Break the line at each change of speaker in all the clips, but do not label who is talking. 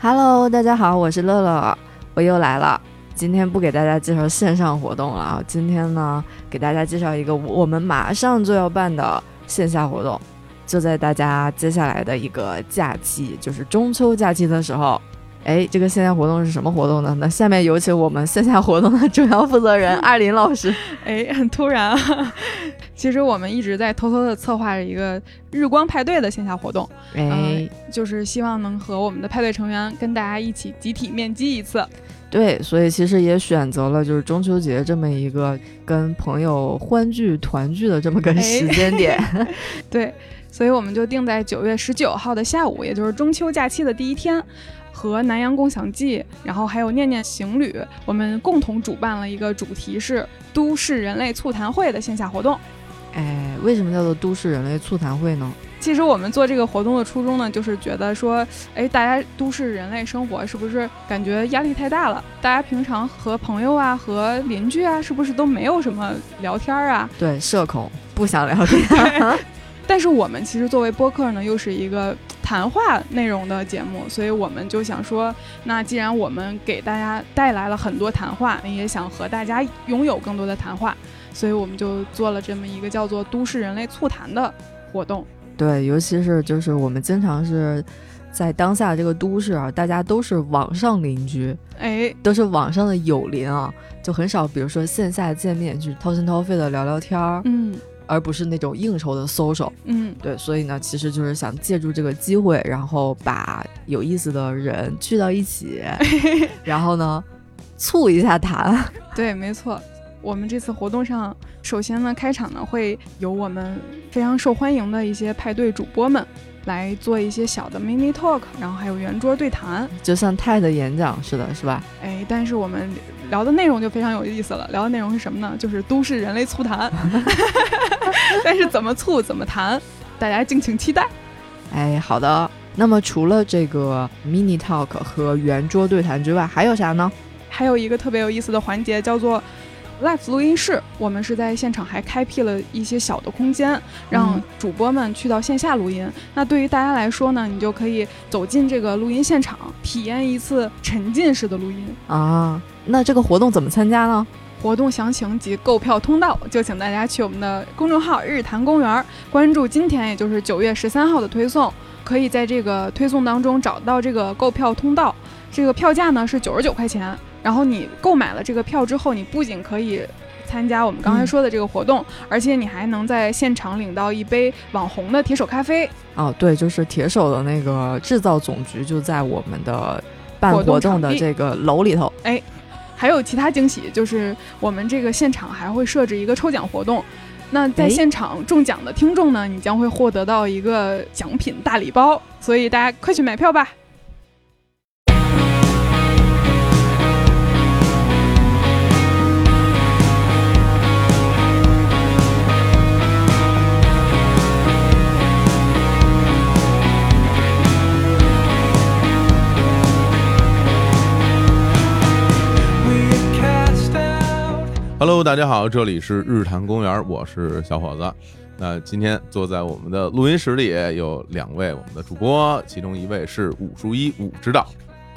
Hello，大家好，我是乐乐，我又来了。今天不给大家介绍线上活动了啊，今天呢，给大家介绍一个我们马上就要办的线下活动，就在大家接下来的一个假期，就是中秋假期的时候。哎，这个线下活动是什么活动呢？那下面有请我们线下活动的主要负责人二林老师。
哎，很突然啊！ 其实我们一直在偷偷的策划着一个日光派对的线下活动，
哎，
就是希望能和我们的派对成员跟大家一起集体面基一次。
对，所以其实也选择了就是中秋节这么一个跟朋友欢聚团聚的这么个
哎
时间点。
对，所以我们就定在九月十九号的下午，也就是中秋假期的第一天，和南洋共享记，然后还有念念行旅，我们共同主办了一个主题是“都市人类促谈会”的线下活动。
哎，为什么叫做都市人类促谈会呢？
其实我们做这个活动的初衷呢，就是觉得说，哎，大家都市人类生活是不是感觉压力太大了？大家平常和朋友啊、和邻居啊，是不是都没有什么聊天儿啊？
对，社恐不想聊天。
但是我们其实作为播客呢，又是一个谈话内容的节目，所以我们就想说，那既然我们给大家带来了很多谈话，也想和大家拥有更多的谈话，所以我们就做了这么一个叫做“都市人类促谈”的活动。
对，尤其是就是我们经常是在当下这个都市啊，大家都是网上邻居，
哎，
都是网上的友邻啊，就很少比如说线下见面去掏心掏肺的聊聊天儿，
嗯
而不是那种应酬的 social。
嗯，
对，所以呢，其实就是想借助这个机会，然后把有意思的人聚到一起，然后呢，促一下谈。
对，没错。我们这次活动上，首先呢，开场呢会有我们非常受欢迎的一些派对主播们来做一些小的 mini talk，然后还有圆桌对谈。
就像泰的演讲似的，是吧？
哎，但是我们聊的内容就非常有意思了。聊的内容是什么呢？就是都市人类促谈， 但是怎么促怎么谈，大家敬请期待。
哎，好的。那么除了这个 mini talk 和圆桌对谈之外，还有啥呢？
还有一个特别有意思的环节叫做 live 录音室，我们是在现场还开辟了一些小的空间，让
嗯
主播们去到线下录音。那对于大家来说呢，你就可以走进这个录音现场，体验一次沉浸式的录音。
啊，那这个活动怎么参加呢？
活动详情及购票通道，就请大家去我们的公众号“日坛公园”关注今天，也就是九月十三号的推送，可以在这个推送当中找到这个购票通道。这个票价呢是九十九块钱，然后你购买了这个票之后，你不仅可以参加我们刚才
嗯
说的这个活动，而且你还能在现场领到一杯网红的铁手咖啡。
哦，对，就是铁手的那个制造总局就在我们的办
活动
活动
场
的
地
这个楼里头。
还有其他惊喜，就是我们这个现场还会设置一个抽奖活动。那在
诶
现场中奖的听众呢，你将会获得到一个奖品大礼包，所以大家快去买票吧！
Hello，大家好，这里是日坛公园，我是小伙子。那今天坐在我们的录音室里有两位我们的主播，其中一位是武术一武指导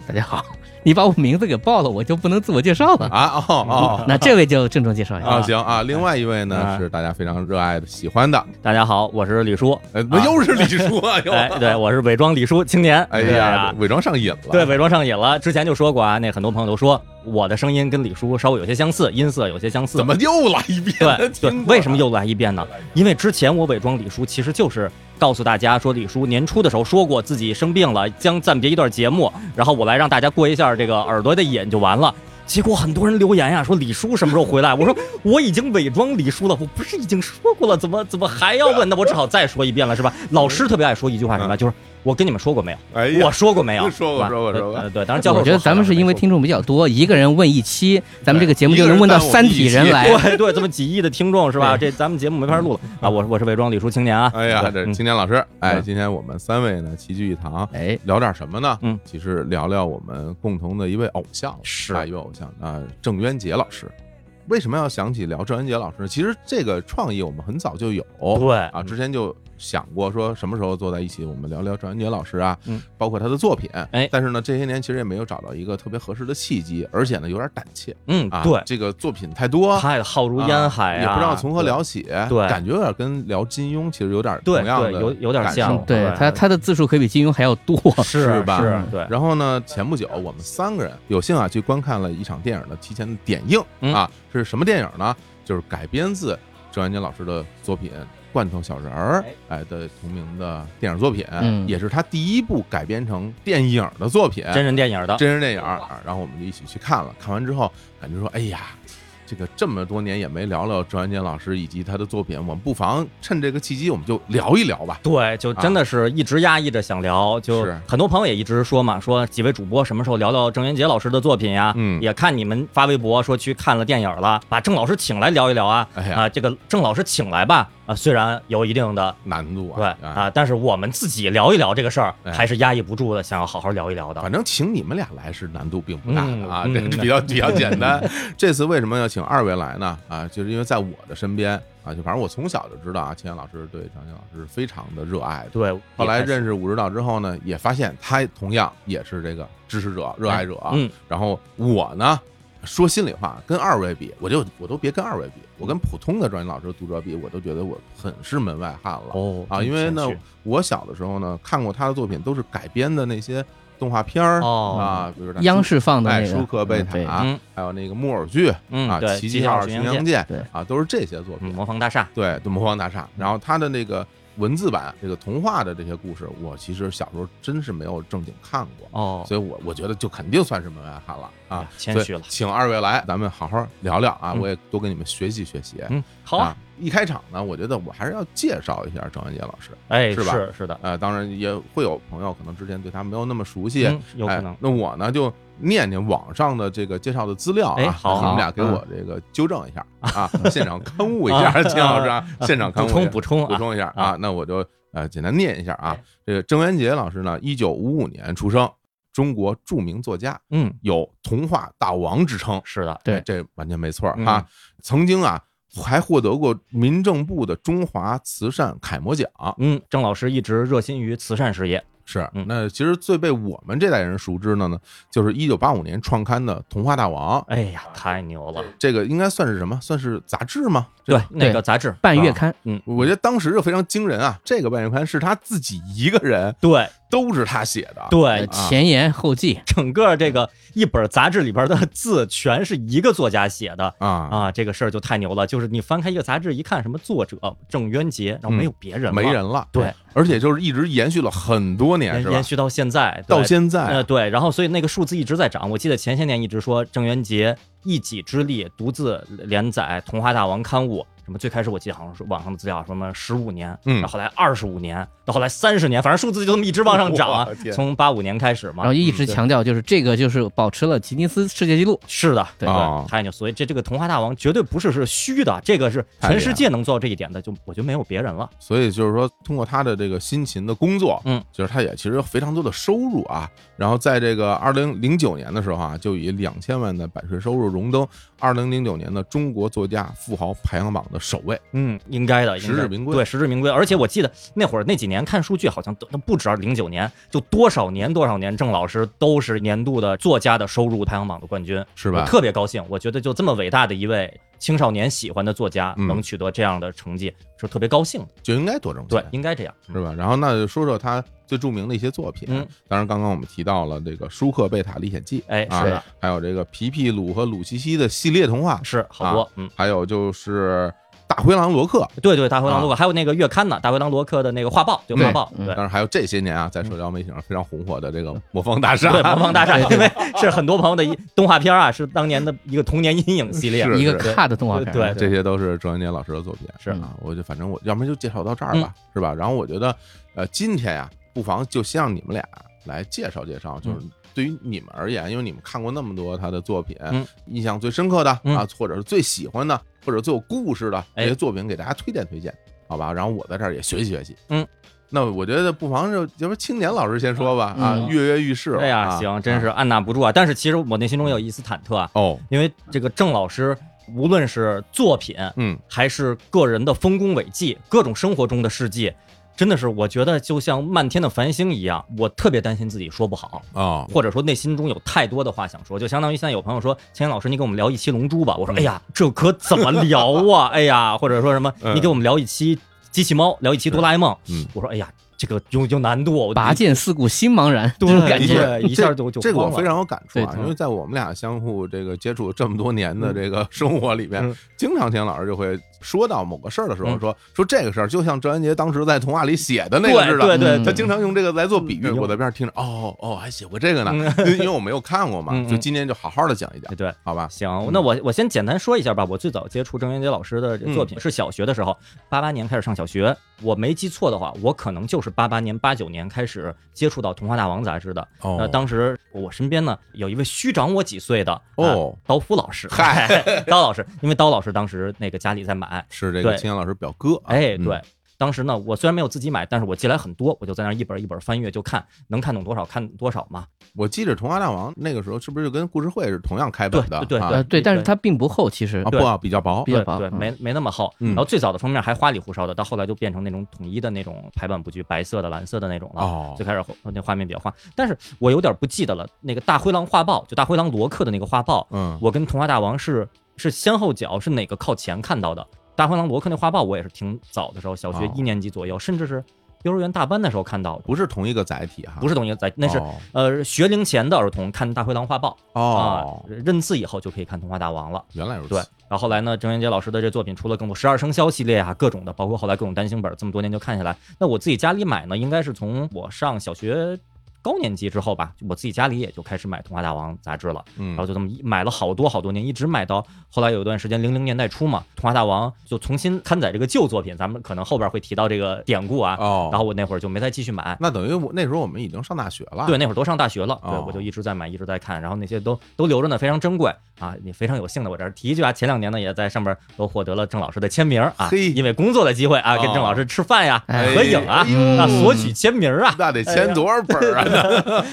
大家好，你把我名字给报了，我就不能自我介绍了。
啊，哦哦
那这位就郑重介绍一下。
啊行啊，另外一位呢
嗯啊
是大家非常热爱的喜欢的，
大家好，我是李叔。
呃，那
啊
又是李叔啊，又
哎，对，我是伪装李叔青年。
哎
对
呀
啊，，
伪装上瘾了，
对，伪装上瘾了。之前就说过啊，那很多朋友都说我的声音跟李叔稍微有些相似，音色有些相似。
怎么又来一 遍？
对对
听，着
为什么又来一遍呢？因为之前我伪装李叔，其实就是告诉大家说，李叔年初的时候说过自己生病了，将暂别一段节目，然后我来让大家过一下这个耳朵的瘾就完了。结果很多人留言呀、说李叔什么时候回来？我说我已经伪装李叔了，我不是已经说过了，怎么怎么还要问？那我只好再说一遍了，是吧？老师特别爱说一句话，什么就是我跟你们说过没有？
嗯哎呀
我，说过没有？
说过
是吧
说过说过
呃对，当然教授
我觉得咱们是因为听众比较多，一个人问一期，咱们这个节目就能问到三体人来。
对对，这么几亿的听众是吧？这咱们节目没法录了啊！我我是伪装李叔青年啊！
哎呀，这
嗯
青年老师，哎，
嗯
今天我们三位呢齐聚一堂，
哎，
聊点什么呢？
嗯，
其实聊聊我们共同的一位偶像，
是
啊，一位偶像啊，郑渊洁老师。为什么要想起聊郑渊洁老师呢？其实这个创意我们很早就有，
对
啊，之前就想过说什么时候坐在一起，我们聊聊赵元杰老师啊，
嗯，
包括他的作品，
哎
但是呢，这些年其实也没有找到一个特别合适的契机，而且呢，有点胆怯
嗯，
啊，
对，
这个作品太多。
太浩如烟海
也
呀，
不知道从何聊起，
对
感觉有点跟聊金庸其实有点同
对，
样
对
的
对，有有点
感
像
受，
对他他的字数可比金庸还要多，
是吧
是，对，
然后呢，前不久我们三个人有幸啊去观看了一场电影的提前的点映、
嗯
啊，是什么电影呢？就是改编自郑渊洁老师的作品《罐头小人儿》哎的同名的电影作品，
嗯
也是他第一部改编成电影的作品，
真人电影的，
真人电影儿啊。然后我们就一起去看了，看完之后感觉说，哎呀。这个这么多年也没聊聊郑渊洁老师以及他的作品，我们不妨趁这个契机，我们就聊一聊吧。
对，就真的是一直压抑着想
啊
聊，就是很多朋友也一直说嘛，说几位主播什么时候聊聊郑渊洁老师的作品呀？
嗯
也看你们发微博说去看了电影了，把郑老师请来聊一聊啊。
哎呀
啊，这个郑老师请来吧，啊，虽然有一定的
难度
对
啊，哎
啊，但是我们自己聊一聊这个事儿，
哎
还是压抑不住的，想要好好聊一聊的。
啊反正请你们俩来是难度并不大的啊，
嗯
这
嗯
比较比较简单。这次为什么要请二位来呢？啊，就是因为在我的身边啊，就反正我从小就知道啊，秦岩老师对张岩老师是非常的热爱的。
对，
后来
也开始
认识武指导之后呢，也发现他同样也是这个支持者、热爱者。啊
嗯，
然后我呢，说心里话，跟二位比，我就我都别跟二位比，我跟普通的专业老师的读者比，我都觉得我很是门外汉了。
哦
啊，因为呢，我小的时候呢，看过他的作品都是改编的那些动画片儿、
哦
啊，比如说
央视放的
哎，
那个
舒克贝塔
嗯对》
嗯
还有那个木偶剧
嗯
啊，
对
《奇
极
迹号
号巡
巡
洋
洋
舰
舰
对》
啊，都是这些作
嗯
品。
魔方大厦，
对，对，魔方大厦。然后他的那个文字版，这个童话的这些故事，我其实小时候真是没有正经看过，
哦，
所以我我觉得就肯定算是门外汉了
哎
啊
呀。谦
所以
虚了
请二位来，咱们好好聊聊啊，
嗯
我也多跟你们学习学习。
嗯，好啊，
啊，一开场呢，我觉得我还是要介绍一下郑渊洁老师。
哎，
是吧
是是的，
呃，当然也会有朋友可能之前对他没有那么熟悉，
嗯有可能
哎。那我呢就念念网上的这个介绍的资料
哎
啊，
好
你们
好嗯
俩给我这个纠正一 下啊，现场刊物一下，
啊
金老师啊，现场刊物
补充
一下
补充
补
啊，
充一下
啊
啊。那我就呃简单念一下啊
哎，
这个郑渊洁老师呢，一九五五年出生，中国著名作家，
嗯，
有“童话大王”之称。
是的，
对
哎这完全没错
嗯
儿啊。曾经啊，还获得过民政部的中华慈善楷模奖。
嗯，郑老师一直热心于慈善事业，
是，
嗯
那其实最被我们这代人熟知的呢，就是一九八五年创刊的《童话大王》，
哎呀，太牛了！
这个应该算是什么？算是杂志吗？这
对，那个杂志，啊
半月刊，
我觉得当时就非常惊人啊！这个半月刊是他自己一个人，
对
都是他写的。
呃
啊
对，
前言后记，
整个这个一本杂志里边的字全是一个作家写的
啊，
啊，这个事儿就太牛了。就是你翻开一个杂志一看，什么作者郑渊洁，然后没有别人了，
嗯没人了。
对，
而且就是一直延续了很多年，
延
是吧
延？续到现在，对
到现
呃
在，
对，然后所以那个数字一直在涨。我记得前些年一直说郑渊洁一己之力独自连载《童话大王》刊物，什么最开始我记得好像是网上的资料，什么十五年，
嗯
到后来二十五年，到后来三十年，反正数字就这么一直往上涨啊
我天。
从八五年开始
然
嘛嗯
后，一直
对
强调就是这个就是保持了吉尼斯世界纪录，
是的，
对
哦
太牛！所以这这个童话大王绝对不是是虚的，这个是
太厉害
全世界能做到这一点的，就我觉得没有别人了。
所以就是说，通过他的这个辛勤的工作，
嗯，
就是他也其实有非常多的收入啊。然后在这个二零零九年的时候啊，就以两千万的版税收入荣登二零零九年的中国作家富豪排行榜的首位。
嗯，应该的，
实
应该
至名归啊
对，实至名归。而且我记得那会儿那几年看数据，好像都都不止零九年，就多少年多少年，郑老师都是年度的作家的收入排行榜的冠军，
是吧
我特别高兴，我觉得就这么伟大的一位青少年喜欢的作家，
嗯
能取得这样的成绩，是特别高兴的。
就应该多挣
对
钱，，
应该这样。嗯
是吧？然后那就说说他最著名的一些作品。
嗯
当然，刚刚我们提到了这个《舒克贝塔历险记》，
哎，
啊
是的，
还有这个皮皮鲁和鲁西西的系列童话，
是好
啊
多，嗯。
还有就是大灰狼罗克。
对对，大灰狼罗
啊
克，还有那个月刊呢，大灰狼罗克的那个画报，对
对
画报，
嗯
对嗯
当，然，还有这些年啊，在社交媒体上非常红火的这个《魔方大厦》，
对，魔方大厦， 因为是很多朋友的一动画片啊，是当年的一个童年阴影系列。
是
一个
对
卡的动画片，
对
这些都是郑渊洁老师的作品。
是嗯
啊，我就反正我要不然就介绍到这儿吧，是吧？然后我觉得，呃，今天呀、不妨就先让你们俩来介绍介绍，就是对于你们而言，因为你们看过那么多他的作品，
嗯
印象最深刻的、
嗯
啊，或者是最喜欢的，或者最有故事的这
哎
些作品，给大家推荐推荐，好吧？然后我在这儿也学习学习。
嗯。
那我觉得不妨就，要不青年老师先说吧，啊，
嗯
跃跃欲试了。
哎呀，
啊
行，真是
啊
按捺不住啊！但是其实我内心中有一丝忐忑啊，
哦，
因为这个郑老师，无论是作品
嗯，
还是个人的丰功伟绩，各种生活中的事迹，真的是我觉得就像漫天的繁星一样，我特别担心自己说不好，
啊，
或者说内心中有太多的话想说，就相当于现在有朋友说：“千老师，你给我们聊一期《龙珠》吧。”我说：“
嗯
哎呀，这可怎么聊啊？哎呀，或者说什么，
嗯
你给我们聊一期《机器猫》，聊一期《哆啦 A 梦》。”
嗯
我说：“哎呀，这个有有难度，哦我
拔剑四顾心茫然，这
对
种感觉。
对一下就就
这个我
慌了嗯
非常有感触啊，
对
因为在我们俩相互这个接触这么多年的这个 生活里面
嗯，
经常田老师就会说到某个事儿的时候
嗯
说说这个事儿，就像郑渊洁当时在童话里写的那
对
个似
对
的。
嗯
对，
他经常用这个来做比喻，
嗯
我在边上听着，哦哦，还写过这个呢，
嗯
因为我没有看过嘛
嗯，嗯
就今天就好好的讲一讲
对，对。
好吧？
行，那我我先简单说一下吧。我最早接触郑渊洁老师的这
嗯
作品是小学的时候，八八、年开始上小学。我没记错的话，我可能就是八八年、八九年开始接触到《童话大王》杂志的。
哦
那当时我身边呢有一位虚长我几岁的
哦
啊，刀夫老师，哎
嗨，
刀老师，因为刀老师当时那个家里在买，
是这个
对
青阳老师表哥啊，
哎，
嗯
对。，当时呢，我虽然没有自己买，但是我借来很多，我就在那儿一本一本翻阅，就看能看懂多少看多少嘛。
我记着《童话大王》那个时候是不是就跟故事会是同样开本的？
对对
啊
呃，对，
对
但是它并不厚，其实
啊不啊，比较薄
比较薄
对，
嗯
对没没那么厚。
嗯
然后最早的封面还花里胡哨的，到后来就变成那种统一的那种排版布局，白色的、蓝色的那种了。
哦
最开始那画面比较花，但是我有点不记得了。那个大灰狼画报，就大灰狼罗克的那个画报，
嗯，
我跟童话大王是是先后脚是哪个靠前看到的？大灰狼罗克那画报我也是挺早的时候，小学
哦
一年级左右，甚至是幼儿园大班的时候看到的，
不是同一个载体哈，
不
是
是东西在，那是、
哦
呃学龄前的儿童看大灰狼画报、
哦
啊，认字以后就可以看童话大王了。
原来如此，
对，然后后来呢，郑渊洁老师的这作品除了更多十二生肖系列啊，各种的，包括后来各种单行本，这么多年就看下来，那我自己家里买呢，应该是从我上小学高年级之后吧，我自己家里也就开始买《童话大王》杂志了，
嗯
然后就这么一买了好多好多年，一直买到后来有一段时间零零年代初嘛，《童话大王》就重新刊载这个旧作品，咱们可能后边会提到这个典故啊，
哦，
然后我那会儿就没再继续买。
那等于我那时候我们已经上大学了，
对，，那会儿都上大学了，对
啊哦
我就一直在买，一直在看，然后那些都都留着呢，非常珍贵啊，也非常有幸的。我这儿提一句啊，前两年呢也在上面都获得了郑老师的签名啊
嘿，
因为工作的机会啊，跟郑老师吃饭呀、
哎
合影啊，
嗯
那索取签名啊，
那得签多少本儿啊？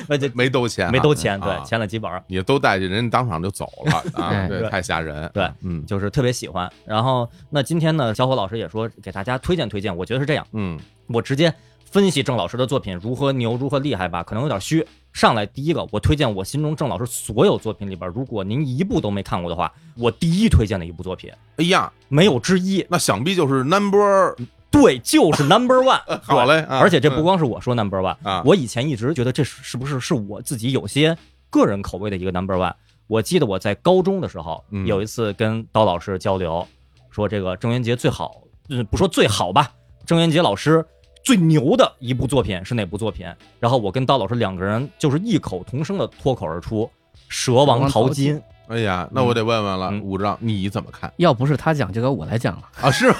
那就
没兜钱啊，
没都签，
啊
对，签了几本儿，
你都带着人家当场就走 了啊，
哎
这
对
太吓人。
对，
嗯
就是特别喜欢。然后那今天呢，小伙老师也说给大家推荐推荐，我觉得是这样，
嗯，
我直接分析郑老师的作品如何牛如何厉害吧，可能有点虚。上来第一个，我推荐我心中郑老师所有作品里边，如果您一部都没看过的话，我第一推荐的一部作品，
哎呀，
没有之一。
那想必就是 number
对，就是 Number One。
好嘞，啊
而且这
嗯
不光是我说 Number One，
啊，
我以前一直觉得这是是不是是我自己有些个人口味的一个 number one。我记得我在高中的时候
嗯
有一次跟刀老师交流，说这个郑渊洁最好，嗯，不说最好吧，郑渊洁老师最牛的一部作品是哪部作品？然后我跟刀老师两个人就是异口同声的脱口而出《蛇王淘金》。
哎呀，那我得问问了，
嗯
武丈你怎么 看
要不是他讲，就该我来讲了。
啊？是吗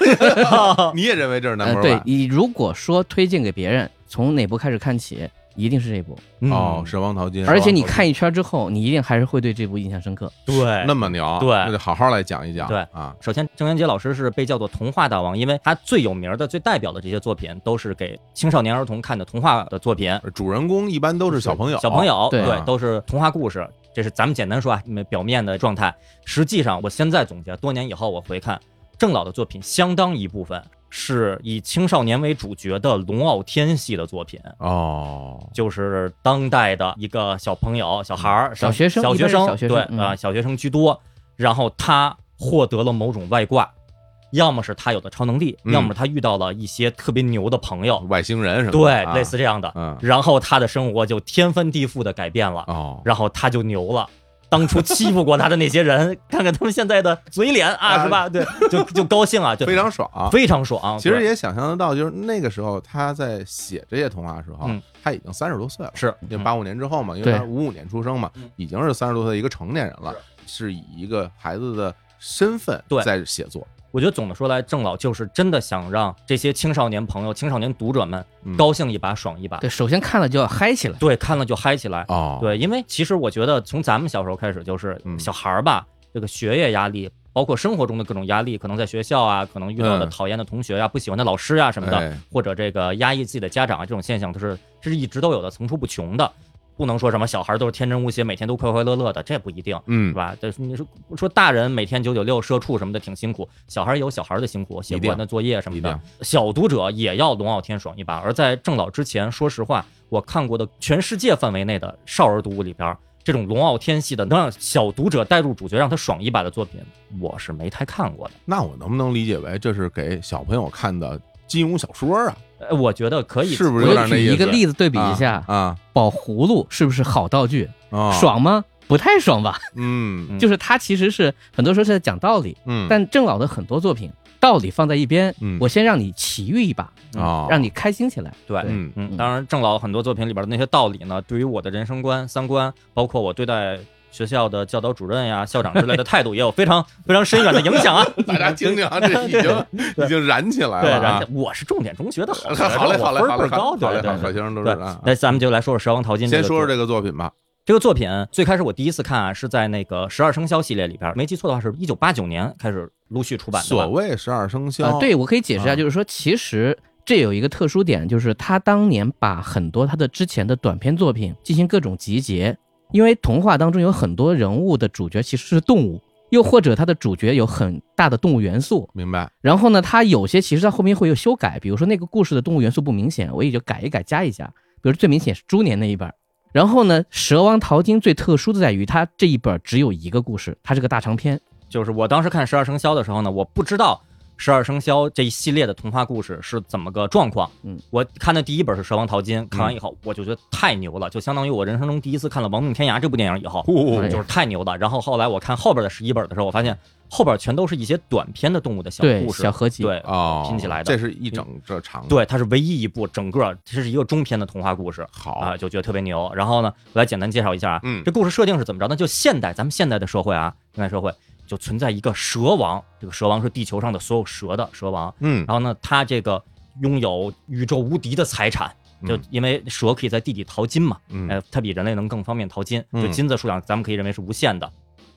你也认为这是
呃
number，
对
one？
你如果说推荐给别人，从哪部开始看起，一定是这部。
嗯
哦，，蛇王淘金，
而且你
蛇王淘金
看一圈之后，你一定还是会对这部印象深刻。
对，
那么牛，
对
那就好好来讲一讲，
对
啊，
首先，郑渊洁老师是被叫做童话大王，因为他最有名的、最代表的这些作品都是给青少年儿童看的童话的作品。
主人公一般都是小朋友，啊
小朋友
对啊
都是童话故事。这是咱们简单说啊，你们表面的状态。实际上，我现在总结，多年以后我回看郑老的作品，相当一部分是以青少年为主角的龙傲天系的作品，
哦，
就是当代的一个小朋友、小孩儿、
小学生
小
一般
学
是
生，
小学生
对
嗯
啊、小学生居多。然后他获得了某种外挂，要么是他有的超能力，
嗯
要么是他遇到了一些特别牛的朋友，
外星人什么的，
对，
啊
类似这样的。
嗯，
然后他的生活就天翻地覆的改变了。
哦，
然后他就牛了。当初欺负过他的那些人，看看他们现在的嘴脸
啊
啊，是吧？对，就就高兴啊，就
非常爽，
非常爽。
其实
对
也想象得到，就是那个时候他在写这些童话的时候，
嗯
他已经三十多岁了，
是
因为
嗯
八五年之后嘛，因为他
对
五五年出生嘛
嗯，
已经是三十多岁的一个成年人了，是以一个孩子的身份
对
在写作，
我觉得总的说来，郑老就是真的想让这些青少年朋友、青少年读者们
嗯
高兴一把、爽一
啊
把。
对，首先看了就要嗨起来。
对，看了就嗨起来。
哦，
对，因为其实我觉得从咱们小时候开始，就是
嗯
小孩儿吧，这个学业压力，包括生活中的各种压力，可能在学校啊，可能遇到的
嗯
讨厌的同学呀、不喜欢的老师啊什么的，
哎
或者这个压抑自己的家长啊，这种现象都是这是一直都有的，层出不穷的。不能说什么小孩都是天真无邪，每天都快快乐乐的，这不一定，
嗯
是，吧？就是你说说大人每天九九六社畜什么的挺辛苦，小孩也有小孩的辛苦，写
一
不
定
完的作业什么
一定
的，小读者也要龙傲天爽一把。而在郑老之前，说实话，我看过的全世界范围内的少儿读物里边，这种龙傲天系的能让小读者带入主角让他爽一把的作品，我是没太看过的。
那我能不能理解为这是给小朋友看的金庸小说啊？
呃，我觉得可以，
是不
我
是有点那
就举
意思
一个例子对比一下，
啊
宝葫芦是不是好道具？
啊，，
爽吗？不太爽吧。
嗯
嗯
就是他其实是很多时候是在讲道理，
嗯，
但郑老的很多作品道理放在一边
嗯，
我先让你奇遇一把，
啊，
让你开心起来。
对，
嗯
嗯，
嗯
当然，郑老很多作品里边的那些道理呢，对于我的人生观、三观，包括我对待学校的教导主任呀、校长之类的态度，也有非常非常深远的影响啊。
大家听听啊，这已经已经燃起来
对，
了
然
啊
后。我是重点中学的好学生，
好嘞，好嘞，
我
好
分儿倍
嘞，
儿高，
好嘞，
对
好嘞，小学
对对。
生都是
对
啊，。
那咱们就来说说《蛇王淘金》。
先说说
这
这个
个作
作品吧，
这个作品，最开始我第一次看啊，是在那个《十二生肖》系列里边，没记错的话是一九八九年开始陆续出版的吧。
所谓十二生肖
哦
啊，，对，我可以解释一
啊
下，就是说其实。这有一个特殊点，就是他当年把很多他的之前的短篇作品进行各种集结，因为童话当中有很多人物的主角其实是动物，又或者他的主角有很大的动物元素，
明白？
然后呢，它有些其实在后面会有修改，比如说那个故事的动物元素不明显，我也就改一改加一加。比如最明显是猪年那一本儿。然后呢，《蛇王淘金》最特殊的在于它这一本儿只有一个故事，它是个大长篇。
就是我当时看《十二生肖》的时候呢，我不知道《十二生肖》这一系列的童话故事是怎么个状况。
嗯，
我看的第一本是《蛇王淘金》，看完以后我就觉得太牛了，就相当于我人生中第一次看了《亡命天涯》这部电影以后，
呼
哎
就是太牛了。然后后来我看后边的十一本的时候，我发现后边全都是一些短篇的动物的小
对，
故事，
小合集。
对
哦，
拼起来的
这是一整这长的
对，它是唯一一部整个这是一个中篇的童话故事。
好
啊，，就觉得特别牛。然后呢，我来简单介绍一下啊，
嗯
这故事设定是怎么着呢？就现代咱们现代的社会啊，现代社会就存在一个蛇王，这个蛇王是地球上的所有蛇的蛇王。
嗯
然后呢，他这个拥有宇宙无敌的财产，就
嗯
因为蛇可以在地底淘金嘛，
嗯
哎，它比人类能更方便淘金，
嗯
就金子数量咱们可以认为是无限的。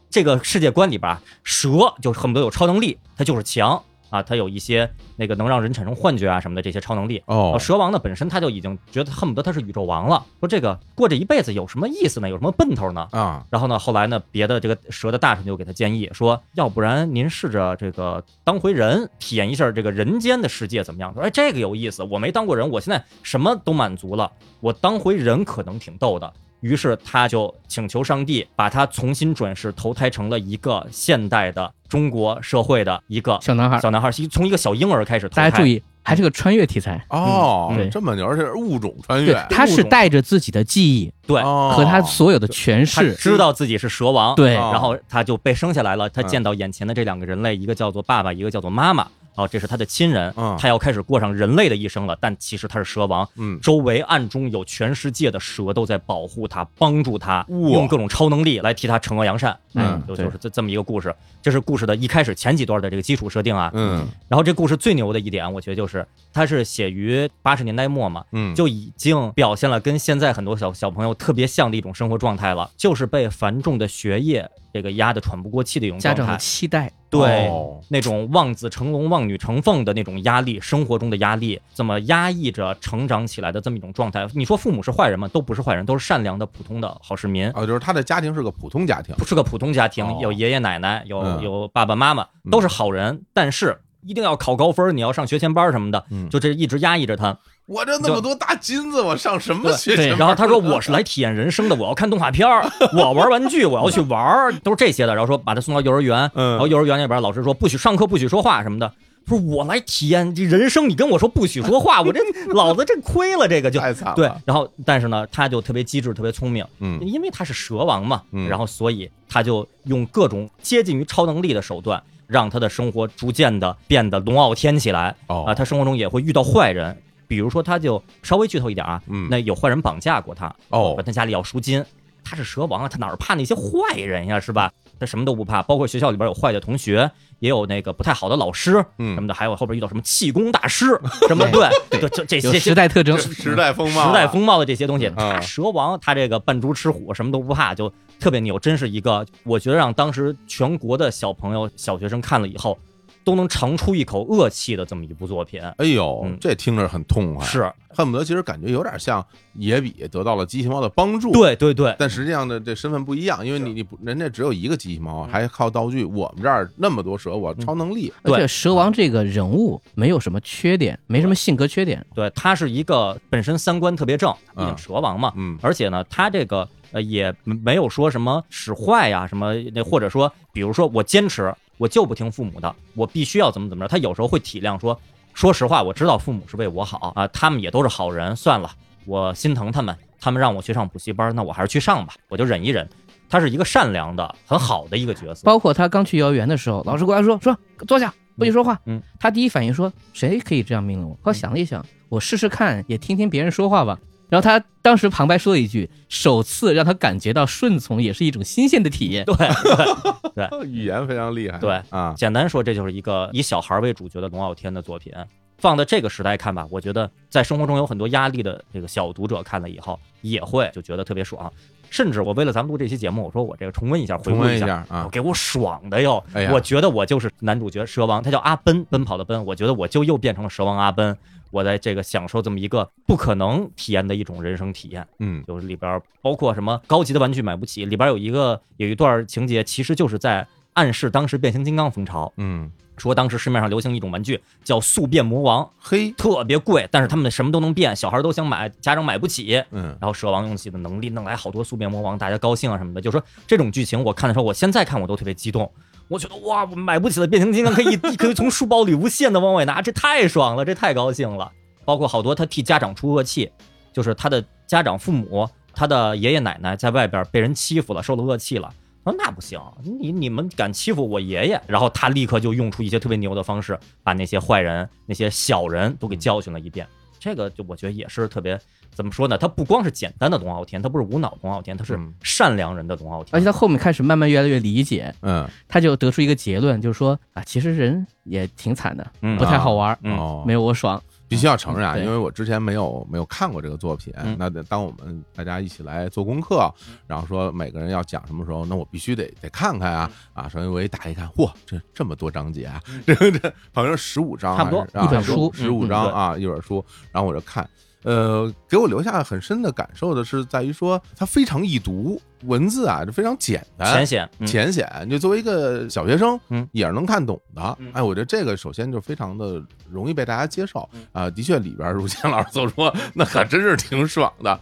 这个世界观里边啊，蛇就恨不得有超能力，它就是强啊，它有一些那个能让人产生幻觉啊什么的这些超能力。
哦
啊，蛇王呢本身他就已经觉得恨不得他是宇宙王了，说这个过这一辈子有什么意思呢？有什么奔头呢？
啊，
然后呢，后来呢，别的这个蛇的大臣就给他建议说，要不然您试着这个当回人，体验一下这个人间的世界怎么样？说，哎，这个有意思，我没当过人，我现在什么都满足了，我当回人可能挺逗的。于是他就请求上帝把他重新转世，投胎成了一个现代的中国社会的一个
小男孩儿，
小男孩，是一从一个小婴儿开始投
大
胎。
家注意，还是个穿越题材。
哦
嗯
对，
这么牛，这是物种穿
对
越，
他
物
是
种
带着自己的记忆
对，
哦
和他所有的诠
他
释。
知道自己是蛇王，
对
然后他就被生下来了。他
嗯
见到眼前的这两个人类，一个叫做爸爸，一个叫做妈妈。哦，这是他的亲人
嗯，
他要开始过上人类的一生了。但其实他是蛇王，
嗯
周围暗中有全世界的蛇都在保护他、帮助他，
哇
用各种超能力来替他惩恶扬善。哎
嗯
就
对
就是这这么一个故事。这是故事的一开始前几段的这个基础设定啊。
嗯
然后这故事最牛的一点，我觉得就是它是写于八十年代末嘛，
嗯，
就已经表现了跟现在很多小小朋友特别像的一种生活状态了，就是被繁重的学业这个压得喘不过气的一种
家
状
长的
态，
期待，
对。
哦
那种望子成龙、望女成凤的那种压力，生活中的压力，这么压抑着成长起来的这么一种状态？你说父母是坏人吗？都不是坏人，都是善良的、普通的好市民，
哦，就是他的家庭是个普通家庭，
不是个普通家庭
哦，
有爷爷奶奶，有
嗯
有爸爸妈妈，
嗯
都是好人，但是一定要考高分，你要上学前班什么的
嗯，
就这一直压抑着他。
我这那么多大金子，我上什么
对
学
对
前班
然后他说我是来体验人生的，我要看动画片儿，我玩玩具，我要去玩儿，都是这些的。然后说把他送到幼儿园，
嗯
然后幼儿园那边老师说不许上课，不许说话什么的。说我来体验这人生，你跟我说不许说 话，我这老子这亏了，这个就
太惨了，
对。然后但是呢，他就特别机智，特别聪明，
嗯
因为他是蛇王嘛
嗯，
然后所以他就用各种接近于超能力的手段，让他的生活逐渐的变得龙傲天起来。
哦
啊，他生活中也会遇到坏人，比如说他就稍微剧透一点啊，
嗯
那有坏人绑架过他，
哦
管他家里要赎金，他是蛇王啊，他哪儿怕那些坏人呀，是吧？他什么都不怕，包括学校里边有坏的同学，也有那个不太好的老师
嗯
什么的，还有后边遇到什么气功大 师什么，对，就就这
有
些
时
些
代特征
这。时代风貌啊，
时代风貌的这些东西，
嗯
他蛇王，他这个扮猪吃虎，什么都不怕，就特别牛，真是一个我觉得让当时全国的小朋友、小学生看了以后，都能尝出一口恶气的这么一部作品。
哎呦
嗯，
这听着很痛快，
是
恨不得其实感觉有点像野比得到了机器猫的帮助，
对对对，
但实际上呢，这身份不一样，因为你你不人家只有一个机器猫，
嗯
还靠道具，我们这儿那么多蛇，我超能力，
而且
对
蛇王这个人物没有什么缺点，没什么性格缺点，
对，他是一个本身三观特别正，毕竟
嗯
蛇王嘛，
嗯，
而且呢，他这个呃也没有说什么使坏呀、什么那或者说，比如说我坚持，我就不听父母的，我必须要怎么怎么着。他有时候会体谅说，说实话，我知道父母是为我好啊，他们也都是好人，算了，我心疼他们，他们让我去上补习班，那我还是去上吧，我就忍一忍。他是一个善良的、很好的一个角色，
包括他刚去幼儿园的时候，老师过来说说坐下，不许说话。
嗯嗯嗯
他第一反应说谁可以这样命令我？后来想了一想，我试试看，也听听别人说话吧。然后他当时旁白说了一句，首次让他感觉到顺从也是一种新鲜的体验。
对对。
语言非常厉害，
对
啊，
简单说，这就是一个以小孩为主角的龙傲天的作品。放在这个时代看吧，我觉得在生活中有很多压力的这个小读者看了以后，也会就觉得特别爽。甚至我为了咱们录这期节目，我说我这个重温一下，回
重
顾
温一
下，
下啊
我，给我爽的哟！
哎呀
我觉得我就是男主角蛇王，他叫阿奔，奔跑的奔。我觉得我就又变成了蛇王阿奔，我在这个享受这么一个不可能体验的一种人生体验。
嗯，
就是里边儿包括什么高级的玩具买不起，里边儿有一个有一段情节，其实就是在暗示当时变形金刚风潮，
嗯，
说当时市面上流行一种玩具叫速变魔王，
嘿，
特别贵，但是他们什么都能变，小孩都想买，家长买不起。
嗯，
然后蛇王用自己的能力弄来好多速变魔王，大家高兴啊什么的。就说这种剧情，我看的时候，我现在看我都特别激动，我觉得哇，我买不起的变形金刚可以可以从书包里无限的往外拿，这太爽了，这太高兴了。包括好多他替家长出恶气，就是他的家长父母，他的爷爷奶奶在外边被人欺负了，受了恶气了。他说那不行，你你们敢欺负我爷爷？然后他立刻就用出一些特别牛的方式，把那些坏人、那些小人都给教训了一遍。这个就我觉得也是特别怎么说呢？他不光是简单的龙傲天，他不是无脑龙傲天，他是
嗯
善良人的龙傲天。
而且他后面开始慢慢越来越理解，
嗯，
他就得出一个结论，就是说啊，其实人也挺惨的，
嗯
不太好玩，
嗯
哦，
没有我爽。
必须要承认啊，
嗯对
因为我之前没有没有看过这个作品。
嗯
那得当我们大家一起来做功课，
嗯
然后说每个人要讲什么时候，那我必须得得看看啊
嗯
啊！首先我一打一看，嚯，这这么多章节啊， 这这好像十五章啊，
差不多
啊
一本书
十五
嗯
章啊，一本书。然后我就看，呃，给我留下很深的感受的是在于说它非常易读，文字啊就非常简单，
浅显，嗯
浅显，就作为一个小学生，
嗯
也是能看懂的
嗯。
哎，我觉得这个首先就非常的容易被大家接受
嗯
啊。的确，里边如谦老师所说，那可真是挺爽的。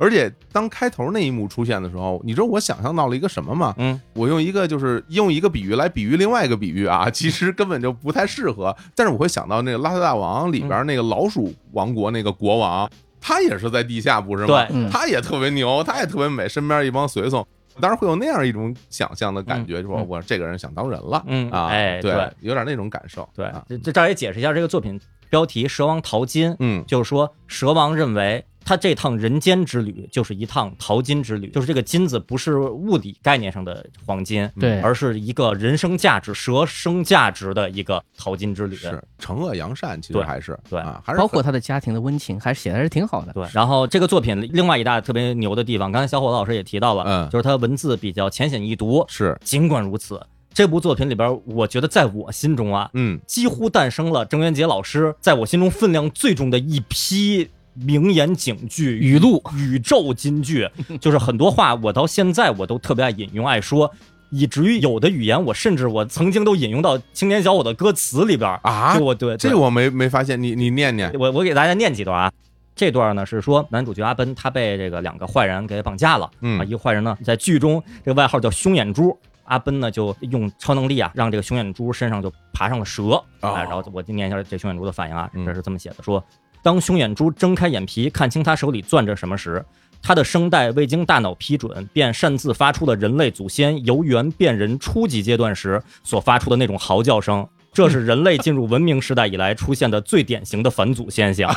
而且当开头那一幕出现的时候，你知道我想象到了一个什么吗？
嗯，
我用一个就是用一个比喻来比喻另外一个比喻 啊，其实根本就不太适合。但是我会想到那个《邋遢大王》里边那个老鼠王国那个国王，他也是在地下，不是吗？
对，
嗯，
他也特别牛，他也特别美，身边一帮随从，当然会有那样一种想象的感觉，就说
嗯
我这个人想当人了
嗯，
啊，
哎，
对，有点那种感受，
对
啊，
这这这儿也解释一下这个作品标题《蛇王淘金》，
嗯
就是说蛇王认为他这趟人间之旅就是一趟淘金之旅，就是这个金子不是物理概念上的黄金，
嗯
对，
嗯而是一个人生价值、蛇生价值的一个淘金之旅。
是惩恶扬善，其实
对
还是
对
啊，还是
包括他的家庭的温情，还是写的还是挺好的。
对，然后这个作品另外一大特别牛的地方，刚才小伙子老师也提到了，
嗯
就是它文字比较浅显易读。
是
尽管如此，这部作品里边，我觉得在我心中啊，
嗯
几乎诞生了郑渊洁老师在我心中分量最重的一批名言警句、语录、宇宙金句，就是很多话我到现在我都特别爱引用、爱说，以至于有的语言我甚至我曾经都引用到青年小伙的歌词里边儿。
啊
就，我哎对对
这我没没发现，你你念念，
我我给大家念几段啊。这段呢是说男主角阿奔他被这个两个坏人给绑架了，
嗯
啊，一个坏人呢在剧中这个外号叫凶眼珠，阿奔呢就用超能力啊让这个凶眼珠身上就爬上了蛇，
哦
啊，然后我就念一下这凶眼珠的反应啊，
嗯
这是这么写的，说当凶眼珠睁开眼皮看清他手里攥着什么时。他的声带未经大脑批准，便擅自发出了人类祖先由猿变人初级阶段时所发出的那种嚎叫声。这是人类进入文明时代以来出现的最典型的返祖现象。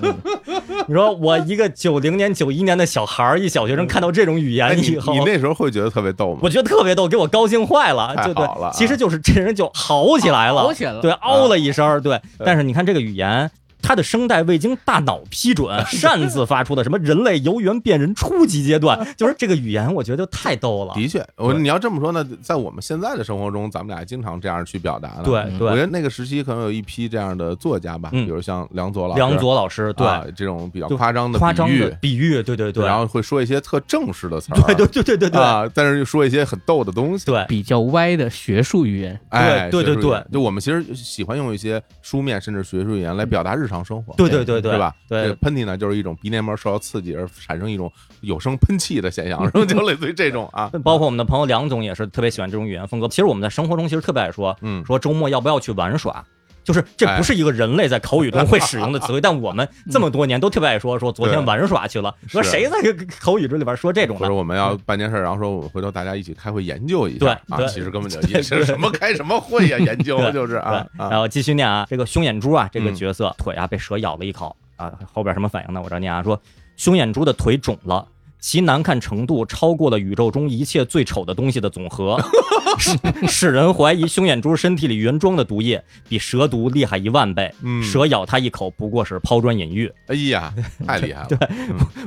嗯你说我一个九零年、九一年的小孩儿，一小学生看到这种语
哎
言
你
以后，
你那时候会觉得特别逗吗
我？觉得特别逗，给我高兴坏了，
太
就对
好了啊啊
其实就是这人就嚎起来了，
好起来了。
嗯
对，嗷了一声儿，对。但是你看这个语言，他的声带未经大脑 批准擅自发出的什么人类由猿变人初级阶 段，就是这个语言，我觉得太逗了。
的确，我
对
你要这么说呢，在我们现在的生活中，咱们俩经常这样去表达的。
对
嗯我觉
对，
得那个时期可能有一批这样的作家吧，
嗯
比如像梁左老师、
梁左老师对
啊这种比较
就
夸张的
夸张
比喻
的比喻，对对对，
然后会说一些特正式的词儿，
对对对对对对
啊，但是又说一些很逗的东西。
对
比较歪的学术语言。
哎，
对对
学术语言
对嗯
就我们其实喜欢用一些书面甚至学术语言来表达日常生活，
对对对对
对吧？
对
这个喷嚏呢，就是一种鼻黏膜受到刺激而产生一种有声喷气的现象，然 后就类似于这种啊，
包括我们的朋友梁总也是特别喜欢这种语言风格。其实我们在生活中其实特别爱说，
嗯，
说周末要不要去玩耍？就是这
哎
不是一个人类在口语中会使用的词汇，但我们这么多年都特别爱说说昨天
对
玩耍去了。说
是
谁在这个口语这里边说这种
或
的
者？我们要办件事儿，然后说我们回头大家一起开会研究一
嗯对
下啊，
对
其实根本就
对
也是
对
什么开什么会呀，研 究
对
就是啊
对，然
啊，
后继续念啊，这个凶眼珠啊，这个
嗯
角色、腿啊被蛇咬了一口啊，后边什么反应呢？我这念啊，说凶眼珠的腿肿了。其难看程度超过了宇宙中一切最丑的东西的 总和，使使人怀疑凶眼珠身体里原装的毒液比蛇毒厉害一万倍。
嗯
蛇咬他一口不过是抛砖引玉。
哎呀，太厉害 了，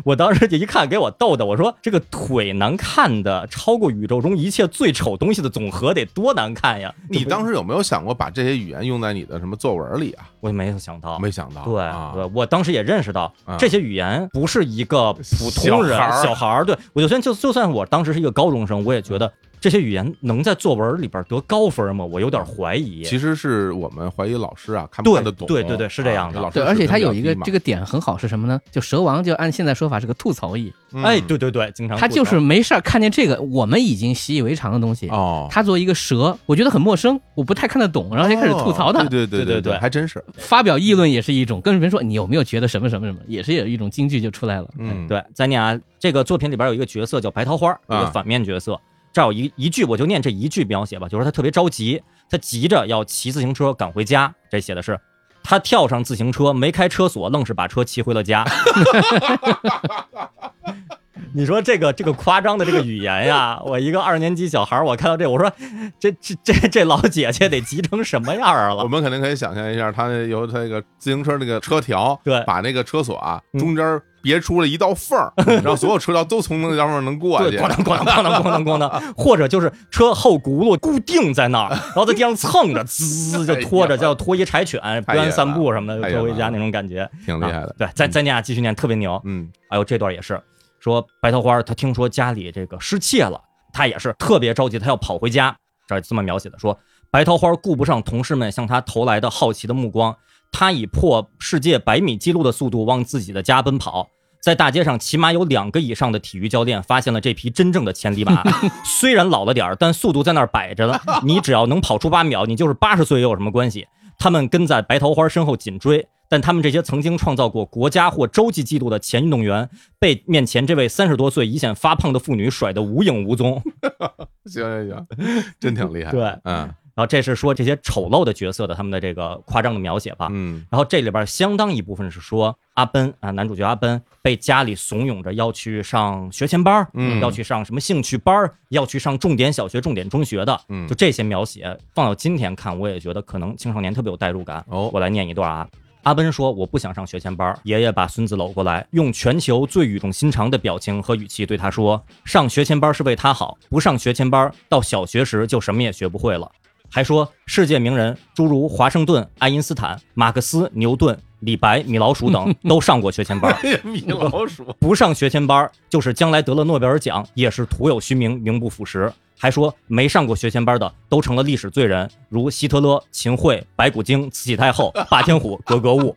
我当时一看，给我逗的，我说这个腿难看的超过宇宙中一切最丑东西的总和得多难看呀！
你当时有没有想过把这些语言用在你的什么作文里啊？
我也没有想到，
没想到，
对、
啊
对，我当时也认识到、
啊
这些语言不是一个普通人
小孩儿
小孩儿，对我就算就就算我当时是一个高中生，我也觉得这些语言能在作文里边得高分吗？我有点怀疑。
其实是我们怀疑老师啊看不看得懂，
对对对是这样的
啊老师
对，而且它有一个这
个，
个点很好是什么呢？就蛇王就按现在说法是个吐槽艺，
嗯
哎，对对对，经常
他
吐
就
槽
是没事儿看见这个我们已经习以为常的东西，
哦，
他作为一个蛇，我觉得很陌生，我不太看得懂，然后就开始吐槽他
哦，对对
对
对
对对
还真是，
发表议论也是一种，跟别人说你有没有觉得什么什么什么，也是有一种京剧就出来了。
嗯，
对。再念啊，这个作品里边有一个角色叫白桃花，一个
啊
反面角色。这儿有一一句，我就念这一句描写吧，就是他特别着急，他急着要骑自行车赶回家。这写的是他跳上自行车，没开车锁，愣是把车骑回了家。 你说这个这个夸张的这个语言呀， 我一个二年级小孩儿，我看到这，我说这这这这老姐姐得急成什么样儿
我
了？
们肯定可以想象一下，他由他那个自行车那个车条，
对
把那个车锁啊
嗯
中间别出了一道缝 儿，然后所有车辆都从那道缝儿能过
对，
去
咣，当咣当咣当咣当咣当，或者就是车后轱辘固定在那儿，然后在地上蹭着，滋就拖着，叫拖一柴犬，不愿意散步什么的，就拖回家那种感觉，
挺厉害
啊
的，
对，咱咱俩继续念，特别牛。
嗯，
哎呦，这段也是说白桃花，他听说家里这个失窃了，他也是特别着急，他要跑回家。这儿这么描写的说，白桃花顾不上同事们向他投来的好奇的目光，他以破世界百米纪录的速度往自己的家奔跑。在大街上，起码有两个以上的体育教练发现了这匹真正的千里马。虽然老了点儿，但速度在那儿摆着呢。你只要能跑出八秒，你就是八十岁又有什么关系？他们跟在白桃花身后紧追，但他们这些曾经创造过国家或洲际纪录的前运动员，被面前这位三十多岁已显发胖的妇女甩得无影 无踪。
行行 行，真挺厉害，
对
嗯
然后这是说这些丑陋的角色的他们的这个夸张的描写吧。
嗯，
然后这里边相当一部分是说阿奔啊，男主角阿奔被家里怂恿着要去上学前班儿，
嗯
要去上什么兴趣班儿，要去上重点小学、重点中学的，
嗯
就这些描写放到今天看，我也觉得可能青少年特别有代入感。
哦
我来念一段啊。阿奔说：“我不想上学前班儿。”爷爷把孙子搂过来，用全球最语重心长的表情和语气对他说：“上学前班是为他好，不上学前班，到小学时就什么也学不会了。”还说世界名人诸如华盛顿、爱因斯坦、马克思、牛顿、李白、米老鼠等都上过学前班儿，
哎呀， 米老 鼠，
不上学前班儿就是将来得了诺贝尔奖也是徒有虚名，名不副实。还说没上过学前班的都成了历史罪人，如希特勒、秦桧、白骨精、慈禧太后、霸天虎、格格巫。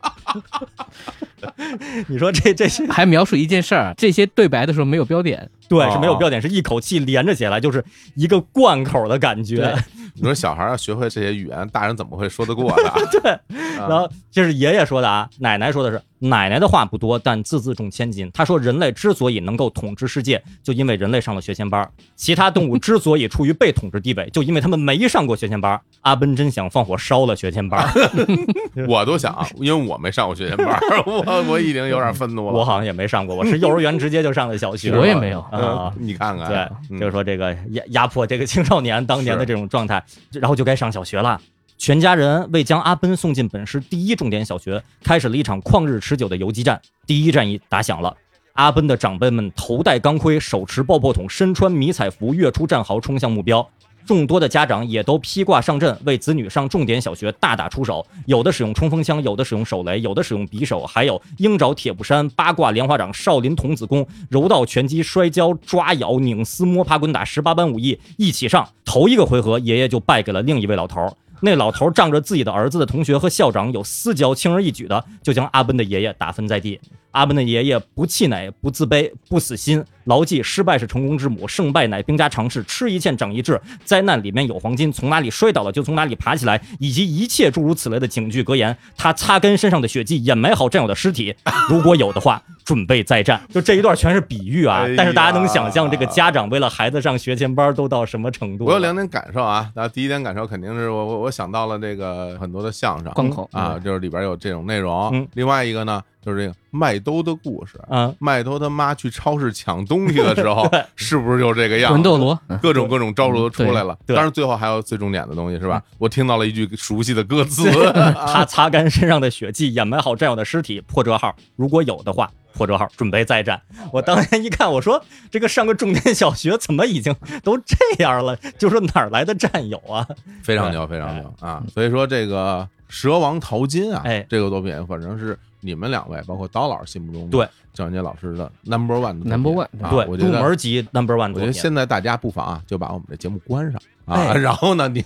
你说这这些
还描述一件事儿，这些对白的时候没有标点，
对是没有标点，是一口气连着起来，就是一个贯口的感觉
对。
你说小孩儿要学会这些语言，大人怎么会说得过的啊？
对，
啊
然后这是爷爷说的啊，奶奶说的是奶奶的话不多，但字字重千金。她说人类之所以能够统治世界，就因为人类上了学前班儿；其他动物之所以处于被统治地位，就因为他们没上过学前班儿。阿奔真想放火烧了学前班 儿，
我都想，因为我没上过学前班儿， 我我已经有点愤怒
我
了。
好像也没上过，我是幼儿园直接就上的小学，
我也没有。
啊。
嗯你看看，
对，
嗯
就是说这个压压迫这个青少年当年的这种状态，然后就该上小学了。全家人为将阿奔送进本市第一重点小学，开始了一场旷日持久的游击战。第一战役打响了。阿奔的长辈们头戴钢盔，手持爆破筒，身穿迷彩服，跃出战壕，冲向目标。众多的家长也都披挂上阵，为子女上重点小学大打出手。有的使用冲锋枪，有的使用手雷，有的使用匕首，还有鹰爪、铁布衫、八卦莲花掌、少林童子功、柔道、拳击、摔跤、抓咬、拧丝、摸爬滚打十八般武艺一起上。头一个回合，爷爷就败给了另一位老头儿。那老头儿仗着自己的儿子的同学和校长有私交，轻而易举的就将阿奔的爷爷打翻在地。阿奔的爷爷不气馁，不自卑，不死心，牢记失败是成功之母，胜败乃兵家常事，吃一堑长一智，灾难里面有黄金，从哪里摔倒了就从哪里爬起来，以及一切诸如此类的警句格言。他擦干身上的血迹，掩埋好战友的 尸体，如果有的话，准备再战。就这一段全是比喻啊，
哎呀
但是大家能想象这个家长为了孩子上学前班都到什么程度？
我有两点感受啊，那第一点感受肯定是我我我想到了这个很多的相声
贯口
啊，就是里边有这种内容
嗯。
另外一个呢，就是这个麦兜的故事。
啊，
麦兜他妈去超市抢东西的时 候，是不是就这个样啊
魂
子？
斗罗，嗯
各种各种招数都出来了。
嗯对对嗯
当然，最后还有最重点的东西是吧？我听到了一句熟悉的歌词，
他擦干身上的血迹，掩埋好战友的尸体。破折号，如果有的话，破折号，准备再战。我当年一看，我说这个上个重点小学怎么已经都这样了？就说哪儿来的战友啊？
非常牛，非常牛啊！所以说这个《蛇王淘金》啊，
哎
这个作品反正是你们两位，包括刀老师心目中的
对
郑渊洁老师的 number one 的作品
Number one，
啊
对，
我觉
入
得。
门级 number one
我
作
觉得
品。
现在大家不妨啊，就把我们的节目关上啊，
哎
然后呢，您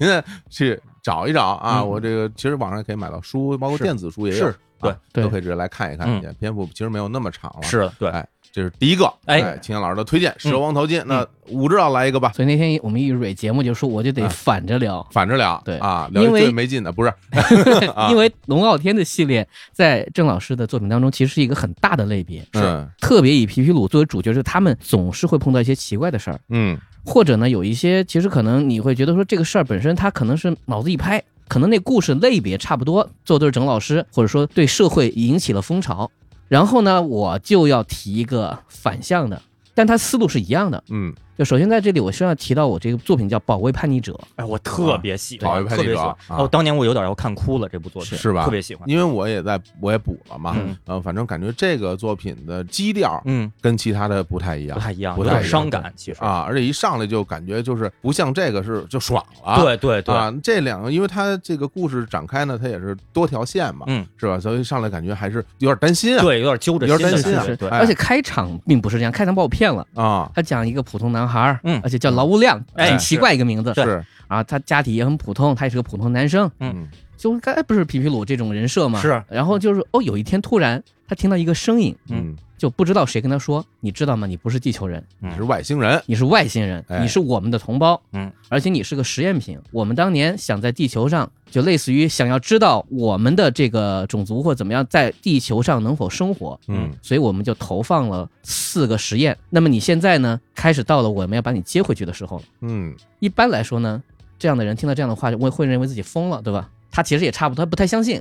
去找一找啊。
嗯
我这个其实网上也可以买到书，包括
是
电子书也有，
是对
啊
对
都可以直接来看一看
嗯
去。篇幅其实没有那么长了，
是的，对，
哎，这是第一个，
哎嗯
秦阳老师的推荐《蛇王淘金》，那武指导来一个吧，
所以那天我们一蕊节目就说，我就得
啊
反着聊，
反着聊，
对
啊，聊一
因为
最没劲的，不是 啊
因为龙傲天的系列在郑老师的作品当中其实是一个很大的类别，
嗯
特别以皮皮鲁作为主角，就是他们总是会碰到一些奇怪的事儿，
嗯
或者呢有一些其实可能你会觉得说这个事儿本身他可能是脑子一拍。可能那故事类别差不多，做对整老师，或者说对社会引起了风潮。然后呢，我就要提一个反向的，但他思路是一样的。
嗯，
就首先在这里，我是要提到我这个作品叫《保卫叛逆者》，
哎，我特别喜
啊
欢，
保卫
特别喜欢
叛逆。者啊
哦，当年我有点要看哭了这部作品，
是吧
特别喜欢。
因为我也在，我也补了嘛
嗯，
呃，反正感觉这个作品的基调
嗯，
跟其他的不太一样
不太一样，
不
有
太一样
点伤感，其实。
啊，而且一上来就感觉就是不像这个是就爽了，
对对对，
啊，这两个，因为它这个故事展开呢，它也是多条线嘛，
嗯，
是吧？所以上来感觉还是有点担心啊，
对，有点揪着
有
心
点
的
担心啊
感觉，对
哎，
而且开场并不是这样，开场把我骗了。
啊，
他讲一个普通男孩儿，
嗯
而且叫劳无量，
哎
很奇怪一个名字
对
是，
啊。他家庭也很普通，他也是个普通男生，
嗯
就该不是皮皮鲁这种人设嘛。
是。
然后就是哦，有一天突然他听到一个声音，
嗯
嗯，
就不知道谁跟他说，你知道吗？你不是地球人，
你是外星人，
你是外星人，
哎
你是我们的同胞，
嗯，
而且你是个实验品。我们当年想在地球上，就类似于想要知道我们的这个种族或怎么样在地球上能否生活，
嗯
所以我们就投放了四个实验。那么你现在呢，开始到了我们要把你接回去的时候了。
嗯
一般来说呢，这样的人听到这样的话，我会认为自己疯了，对吧？他其实也差不多，他不太相信。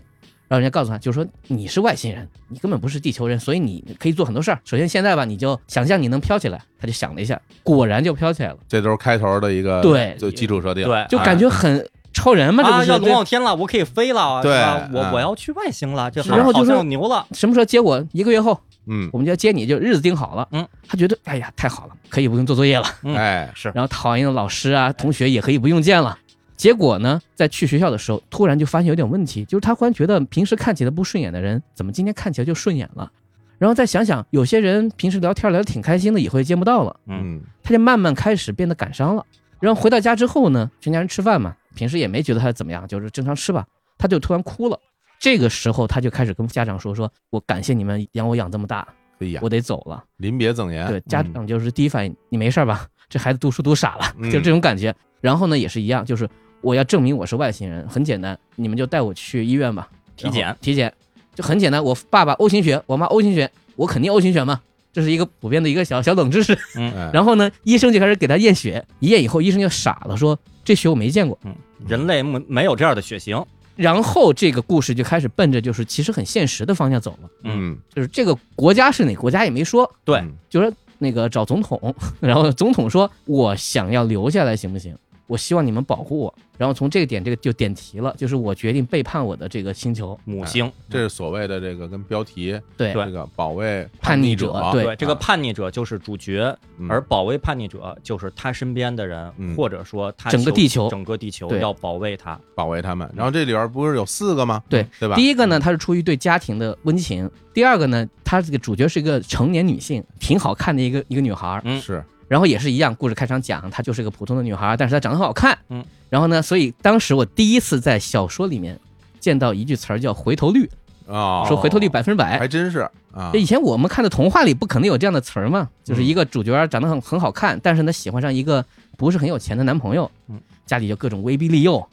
然后人家告诉他，就是说你是外星人，你根本不是地球人，所以你可以做很多事儿。首先现在吧，你就想象你能飘起来。他就想了一下，果然就飘起来了，
这都是开头的一个
对
就基础设定，啊
对
就感觉很超人嘛，这
啊，
不是
要龙傲
对？
天了，我可以飞了，
对
是吧
啊
我我要去外星了，这好
然后就
好
是
像牛了，
什么时候结果？一个月后，
嗯，
我们就要接你，就日子定好了。
嗯，
他觉得哎呀太好了，可以不用做作业了。
嗯
哎，
是，
然后讨厌的老师啊、同学也可以不用见了。结果呢，在去学校的时候，突然就发现有点问题，就是他忽然觉得平时看起来不顺眼的人，怎么今天看起来就顺眼了？然后再想想，有些人平时聊天聊得挺开心的，以后也见不到了，
嗯
嗯
他就慢慢开始变得感伤了。然后回到家之后呢，全家人吃饭嘛，平时也没觉得他怎么样，就是正常吃吧，他就突然哭了。这个时候，他就开始跟家长说：“说我感谢你们养我养这么大，
哎呀，
我得走了。”
临别赠言，
对，家
嗯
长就是第一反应，你没事儿吧？这孩子读书读傻了，
嗯
就这种感觉。然后呢，也是一样，就是我要证明我是外星人，很简单，你们就带我去医院吧，
体检，
体检就很简单。我爸爸 O 型血，我妈 O 型血，我肯定 O 型血嘛，这是一个普遍的一个小小冷知识。
哎
然后呢，医生就开始给他验血，一验以后，医生就傻了，说这血我没见过。
嗯人类没没有这样的血型，
然后这个故事就开始奔着就是其实很现实的方向走了，
嗯，
就是这个国家是哪国家也没说，
对
嗯
就说那个找总统，然后总统说我想要留下来行不行？我希望你们保护我。然后从这个点，这个就点题了，就是我决定背叛我的这个星球。
母星，嗯
这是所谓的这个跟标题
对
这个保卫
叛逆
逆啊
者对
对这个叛逆者就是主角，
嗯
而保卫叛逆者就是他身边的人，
嗯
或者说他
整个
求
地球
整个地球
对
要保卫他。
保卫他们。然后这里边不是有四个吗？
对
对吧？
第一个呢，他是出于对家庭的温情；第二个呢，他这个主角是一个成年女性，挺好看的一个一个女孩儿。
嗯
是
然后也是一样，故事开场讲她就是个普通的女孩儿，但是她长得很好看。
嗯，
然后呢，所以当时我第一次在小说里面见到一句词儿叫“回头率”，
啊，
说回哎头率百分之百。
还真是啊
这，以前我们看的童话里不可能有这样的词儿嘛，就是一个主角长得很很好看，但是呢喜欢上一个不是很有钱的男朋友
嗯，
家里就各种威逼利诱，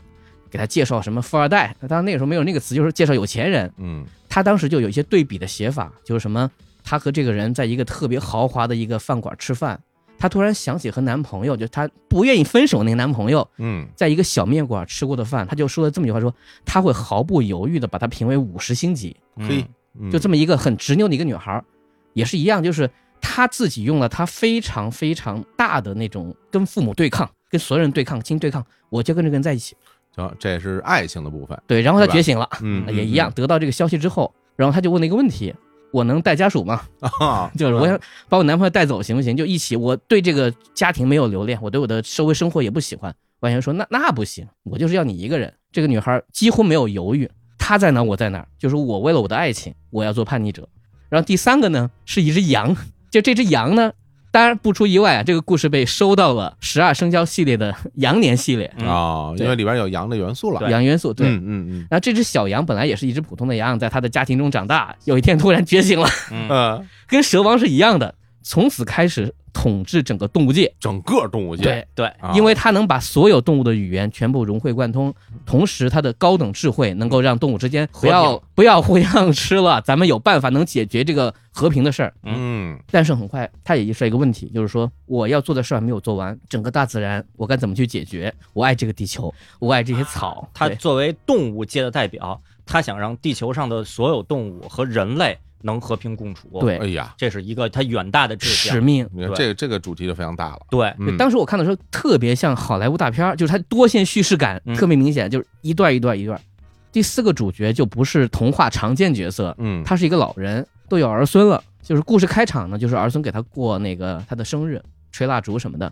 给他介绍什么富二代，当然那个时候没有那个词，就是介绍有钱人。
嗯
他当时就有一些对比的写法，就是什么，他和这个人在一个特别豪华的一个饭馆吃饭，他突然想起和男朋友，就他不愿意分手那个男朋友，
嗯，
在一个小面馆吃过的饭，他就说了这么一句话说，他会毫不犹豫的把他评为五十星级。
可以，嗯
就这么一个很执拗的一个女孩儿，也是一样，就是她自己用了她非常非常大的那种跟父母对抗、跟所有人对抗、亲对抗，我就跟这个人在一起。
行，这是爱情的部分，
对，然后她
对吧
觉醒了，
嗯，
也一样，得到这个消息之后，然后她就问了一个问题：我能带家属吗？
啊，
就是我想把我男朋友带走行不行？就一起，我对这个家庭没有留恋，我对我的社会生活也不喜欢。婉言说那那不行，我就是要你一个人。这个女孩几乎没有犹豫，她在哪儿我在哪儿，就是我为了我的爱情，我要做叛逆者。然后第三个呢是一只羊，就这只羊呢，当然不出意外啊，这个故事被收到了十二生肖系列的 羊年系列
嗯
啊，因为里边有羊的元素了，
羊元素，对。
嗯嗯
然后这只小羊本来也是一只普通的羊，在它的家庭中长大，有一天突然觉醒了，
嗯，
嗯，
呃，
跟蛇王是一样的，从此开始统治整个动物界。
整个动物界，
对，
对，
啊
因为它能把所有动物的语言全部融会贯通，同时它的高等智慧能够让动物之间不
和
要不要互相吃了，咱们有办法能解决这个和平的事儿。
嗯
但是很快，他也意识到一个问题，就是说我要做的事儿还没有做完，整个大自然我该怎么去解决？我爱这个地球，我爱这些草。
他
对
作为动物界的代表，他想让地球上的所有动物和人类能和平共处。，
哎
对
呀，
这是一个他远大的志
使
向。
命。
你看
对
这个这个主题就非常大了，
对，
嗯，
当时我看的时候特别像好莱坞大片儿，就是它多线叙事感
嗯
特别明显，就是一段一段一段。第四个主角就不是童话常见角色，
嗯，
他是一个老人，都有儿孙了。就是故事开场呢，就是儿孙给他过那个他的生日，吹蜡烛什么的，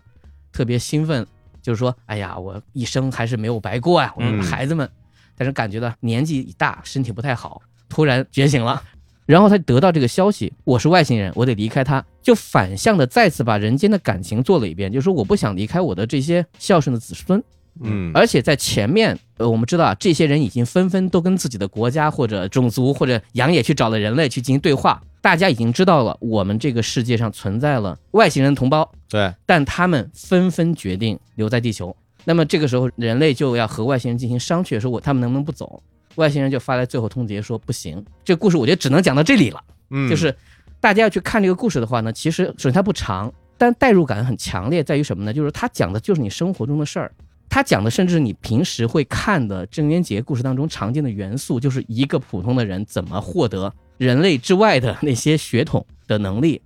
特别兴奋，就是说，哎呀，我一生还是没有白过呀、我
嗯
们孩子们。但是感觉到年纪已大，身体不太好，突然觉醒了。然后他得到这个消息，我是外星人，我得离开他，就反向的再次把人间的感情做了一遍，就是说我不想离开我的这些孝顺的子孙，
嗯
而且在前面，呃，我们知道啊，这些人已经纷纷都跟自己的国家或者种族或者羊也去找了人类去进行对话，大家已经知道了我们这个世界上存在了外星人同胞，
对，
但他们纷纷决定留在地球。那么这个时候，人类就要和外星人进行商榷，说我他们能不能不走？外星人就发来最后通牒说不行。这故事我觉得只能讲到这里了。
嗯，
就是大家要去看这个故事的话呢，其实首先它不长，但代入感很强烈，在于什么呢？就是它讲的就是你生活中的事儿，它讲的甚至你平时会看的郑渊洁故事当中常见的元素，就是一个普通的人怎么获得人类之外的那些血统的能力，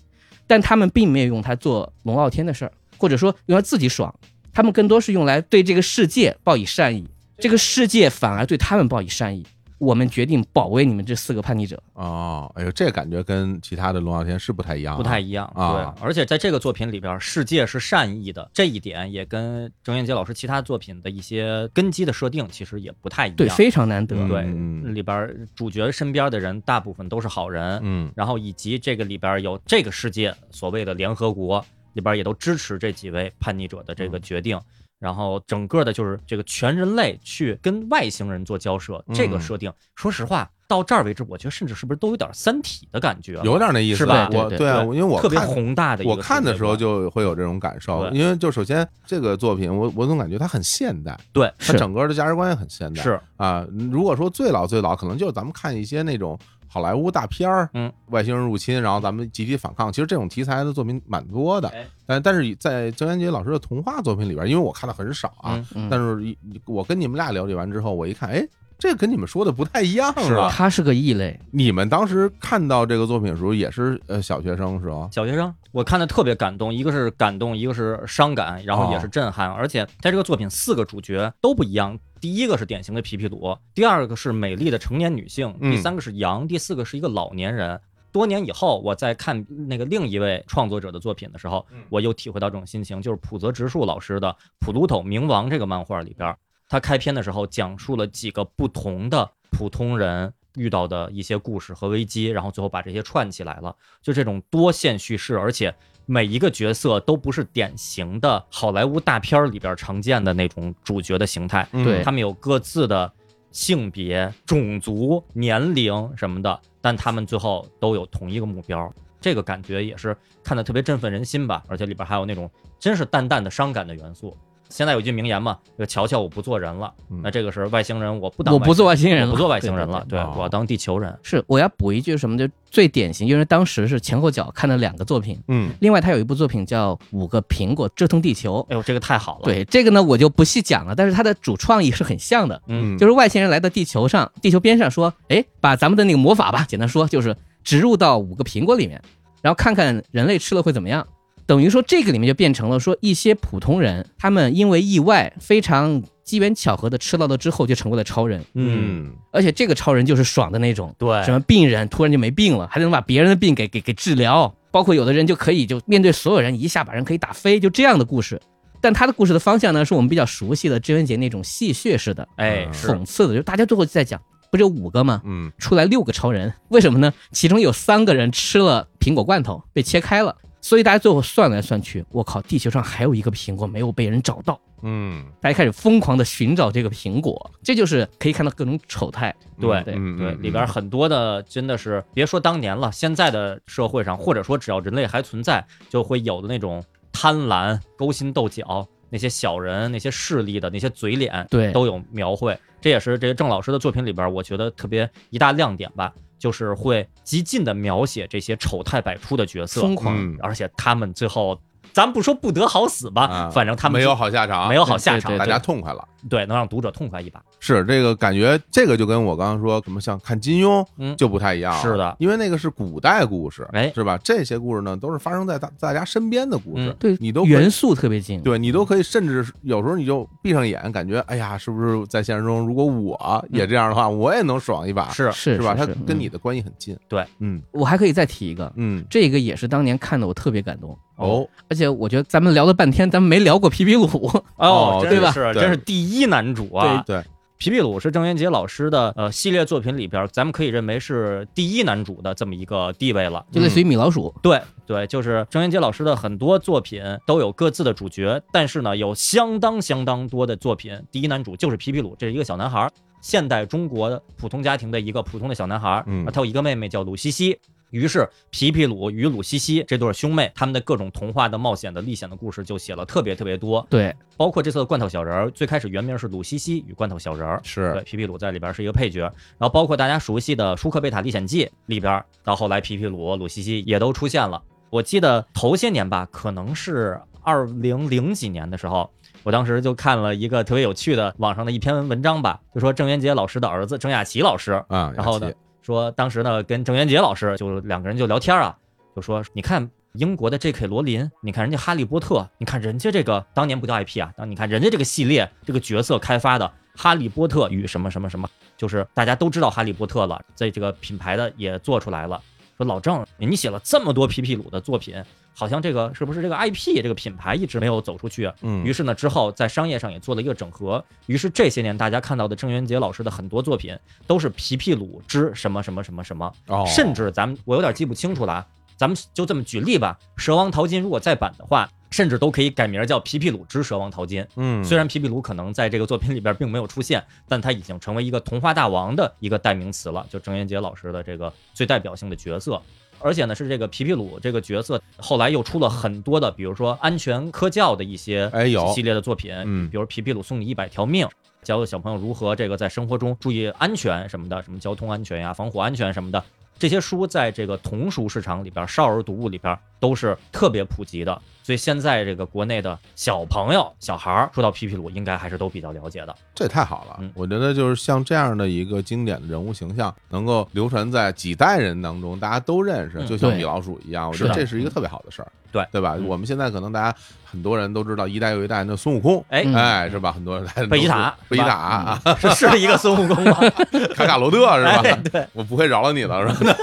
但他们并没有用它做龙傲天的事儿，或者说用来自己爽，他们更多是用来对这个世界报以善意，这个世界反而对他们报以善意。我们决定保卫你们这四个叛逆者。
哦，哎呦，这感觉跟其他的龙傲天是不太一样，
不太，一样，
啊
对，而且在这个作品里边，世界是善意的，这一点也跟郑渊洁老师其他作品的一些根基的设定其实也不太一样。
对，非常难得。
嗯
对，里边主角身边的人大部分都是好人，
嗯
然后以及这个里边有这个世界所谓的联合国里边也都支持这几位叛逆者的这个决定，
嗯
然后整个的就是这个全人类去跟外星人做交涉，这个
嗯
设定，说实话到这儿为止，我觉得甚至是不是都有点《三体》的感觉了，啊
有点那意思，
是吧
我
对对
对啊，
对
我因为我
特别
看
宏大的一个
我看的
世界
时候
观
就会有这种感受，
对
因为就首先这个作品，我我总感觉它很现代，
对
它
是
整个的价值观也很现代。
是
啊，如果说最老最老，可能就是咱们看一些那种好莱坞大片儿，
嗯，
外星人入侵，然后咱们集体反抗，其实这种题材的作品蛮多的
哎。
但但是在郑渊洁老师的童话作品里边，因为我看的很少啊，
嗯
嗯
但是一我跟你们俩了解完之后，我一看，哎，这跟你们说的不太一样
是
啊
吧。
嗯它是个异类，
你们当时看到这个作品的时候，也是呃小学生是吧？
小学生，我看的特别感动，一个是感动，一个是伤感，然后
哦
也是震撼。而且他这个作品四个主角都不一样，第一个是典型的皮皮鲁，第二个是美丽的成年女性，
嗯
第三个是羊，第四个是一个老年人。多年以后，我在看那个另一位创作者的作品的时候
嗯，
我又体会到这种心情，就是浦泽直树老师的《普鲁头冥王》这个漫画里边，他开篇的时候讲述了几个不同的普通人遇到的一些故事和危机，然后最后把这些串起来了，就这种多线叙事，而且每一个角色都不是典型的好莱坞大片儿里边常见的那种主角的形态，
嗯
对
他们有各自的性别、种族、年龄什么的，但他们最后都有同一个目标。这个感觉也是看的特别振奋人心吧，而且里边还有那种真是淡淡的伤感的元素。现在有一句名言嘛，就瞧瞧我不做人了。
嗯
那这个是外星人，我不当
我不做外星人
我
了，
不做外星人了，
对对对
对
哦
我要当地球人。
是我要补一句什么，就最典型，因为当时是前后脚看了两个作品，
嗯
另外他有一部作品叫《五个苹果折腾地球
哎呦，这个太好》，了。，
对这个呢我就不细讲了，但是它的主创意是很像的，
嗯，
就是外星人来到地球上，地球边上说，哎，把咱们的那个魔法吧，简单说就是植入到五个苹果里面，然后看看人类吃了会怎么样。等于说这个里面就变成了说一些普通人，他们因为意外非常机缘巧合的吃到了之后，就成为了超人，
嗯，
嗯
而且这个超人就是爽的那种。
对，
什么病人突然就没病了，还能把别人的病给给给治疗，包括有的人就可以就面对所有人一下把人可以打飞，就这样的故事。但他的故事的方向呢，是我们比较熟悉的知恩节那种戏谑式的、
哎，
嗯
是
讽刺的，就大家最后在讲，不就五个吗？
嗯
出来六个超人，为什么呢？其中有三个人吃了苹果罐头被切开了，所以大家最后算来算去，我靠，地球上还有一个苹果没有被人找到。
嗯，
大家开始疯狂的寻找这个苹果，这就是可以看到各种丑态。
对
对
嗯
对，
嗯
里边很多的真的是，别说当年了，现在的社会上，或者说只要人类还存在，就会有的那种贪婪、勾心斗角，那些小人、那些势力的那些嘴脸，
对
都有描绘。这也是这个郑老师的作品里边，我觉得特别一大亮点吧，就是会极尽的描写这些丑态百出的角色，
疯狂，
嗯
而且他们最后，咱不说不得好死吧，
啊
反正他们
没有
就
好啊下场，
没有好下场，
对对
大家痛快了。
对能让读者痛快一把。
是这个感觉，这个就跟我刚刚说什么像看金庸
嗯
就不太一样了，
是的
因为那个是古代故事，
哎
是吧？这些故事呢，都是发生在大大家身边的故事
嗯，
对
你都可以
元素特别近。
对你都可以，甚至是有时候你就闭上眼，感觉哎呀，是不是在现实中如果我也这样的话，我也能爽一把，
嗯是
是啊
吧？它
是
跟你
嗯
的关系很近，
对，
嗯
我还可以再提一个，
嗯，
这个也是当年看的，我特别感动。
哦，
而且我觉得咱们聊了半天，咱们没聊过皮皮鲁，
哦
哦，真
对吧
是
对
真是第一男主啊！
对，
皮皮鲁是郑渊洁老师的呃系列作品里边，咱们可以认为是第一男主的这么一个地位了。
就类似于米老鼠。
对对，就是郑渊洁老师的很多作品都有各自的主角，但是呢，有相当相当多的作品，第一男主就是皮皮鲁，这是一个小男孩儿，现代中国的普通家庭的一个普通的小男孩儿，
嗯
啊他有一个妹妹叫鲁西西。于是，皮皮鲁与鲁西西这对儿兄妹，他们的各种童话的冒险的历险的故事就写了特别特别多。
对，
包括这次的罐头小人儿，最开始原名是鲁西西与罐头小人儿，对，
是，
皮皮鲁在里边是一个配角。然后包括大家熟悉的《舒克贝塔历险记》里边，到后来皮皮鲁、鲁西西也都出现了。我记得头些年吧，可能是二零零几年的时候，我当时就看了一个特别有趣的网上的一篇文章吧，就说郑渊洁老师的儿子郑亚奇老师
啊，
然后
雅
呢
琪，，
说当时呢跟郑渊洁老师就两个人就聊天啊，就说你看英国的 J.K. 罗琳，你看人家《哈利波特》，你看人家这个当年不叫 IP 啊，当你看人家这个系列这个角色开发的《哈利波特与什么什么什么》，就是大家都知道《哈利波特》了，在这个品牌的也做出来了。说老郑，你写了这么多皮皮鲁的作品，好像这个是不是这个 IP 这个品牌一直没有走出去啊？
嗯，
于是呢，之后在商业上也做了一个整合。于是这些年大家看到的郑渊洁老师的很多作品，都是皮皮鲁之什么什么什么什么，
哦
甚至咱们我有点记不清楚了啊。咱们就这么举例吧，《蛇王淘金》如果再版的话，甚至都可以改名叫《皮皮鲁之蛇王淘金》。
嗯，
虽然皮皮鲁可能在这个作品里边并没有出现，但他已经成为一个童话大王的一个代名词了，就郑渊洁老师的这个最代表性的角色。而且呢，是这个皮皮鲁这个角色后来又出了很多的，比如说安全科教的一些
哎有
系列的作品，
嗯
比如皮皮鲁送你一百条命。教小朋友如何这个在生活中注意安全什么的，什么交通安全呀、防火安全什么的，这些书在这个童书市场里边、少儿读物里边都是特别普及的。所以现在这个国内的小朋友、小孩儿，说到皮皮鲁，应该还是都比较了解的。
这也太好了
嗯！
我觉得就是像这样的一个经典的人物形象，能够流传在几代人当中，大家都认识，
嗯
就像
对
米老鼠一样。我觉
是
得
的
这是一个特别好的事儿，
对
对吧？
嗯
我们现在可能大家很多人都知道一代又一代那孙悟空，
哎，
嗯
哎，是吧？很多人大家都
贝吉塔
贝吉塔
是
啊，
是 是一个孙悟空吗？
卡卡罗特是
哎
吧？
对，
我不会饶了你了，是吧？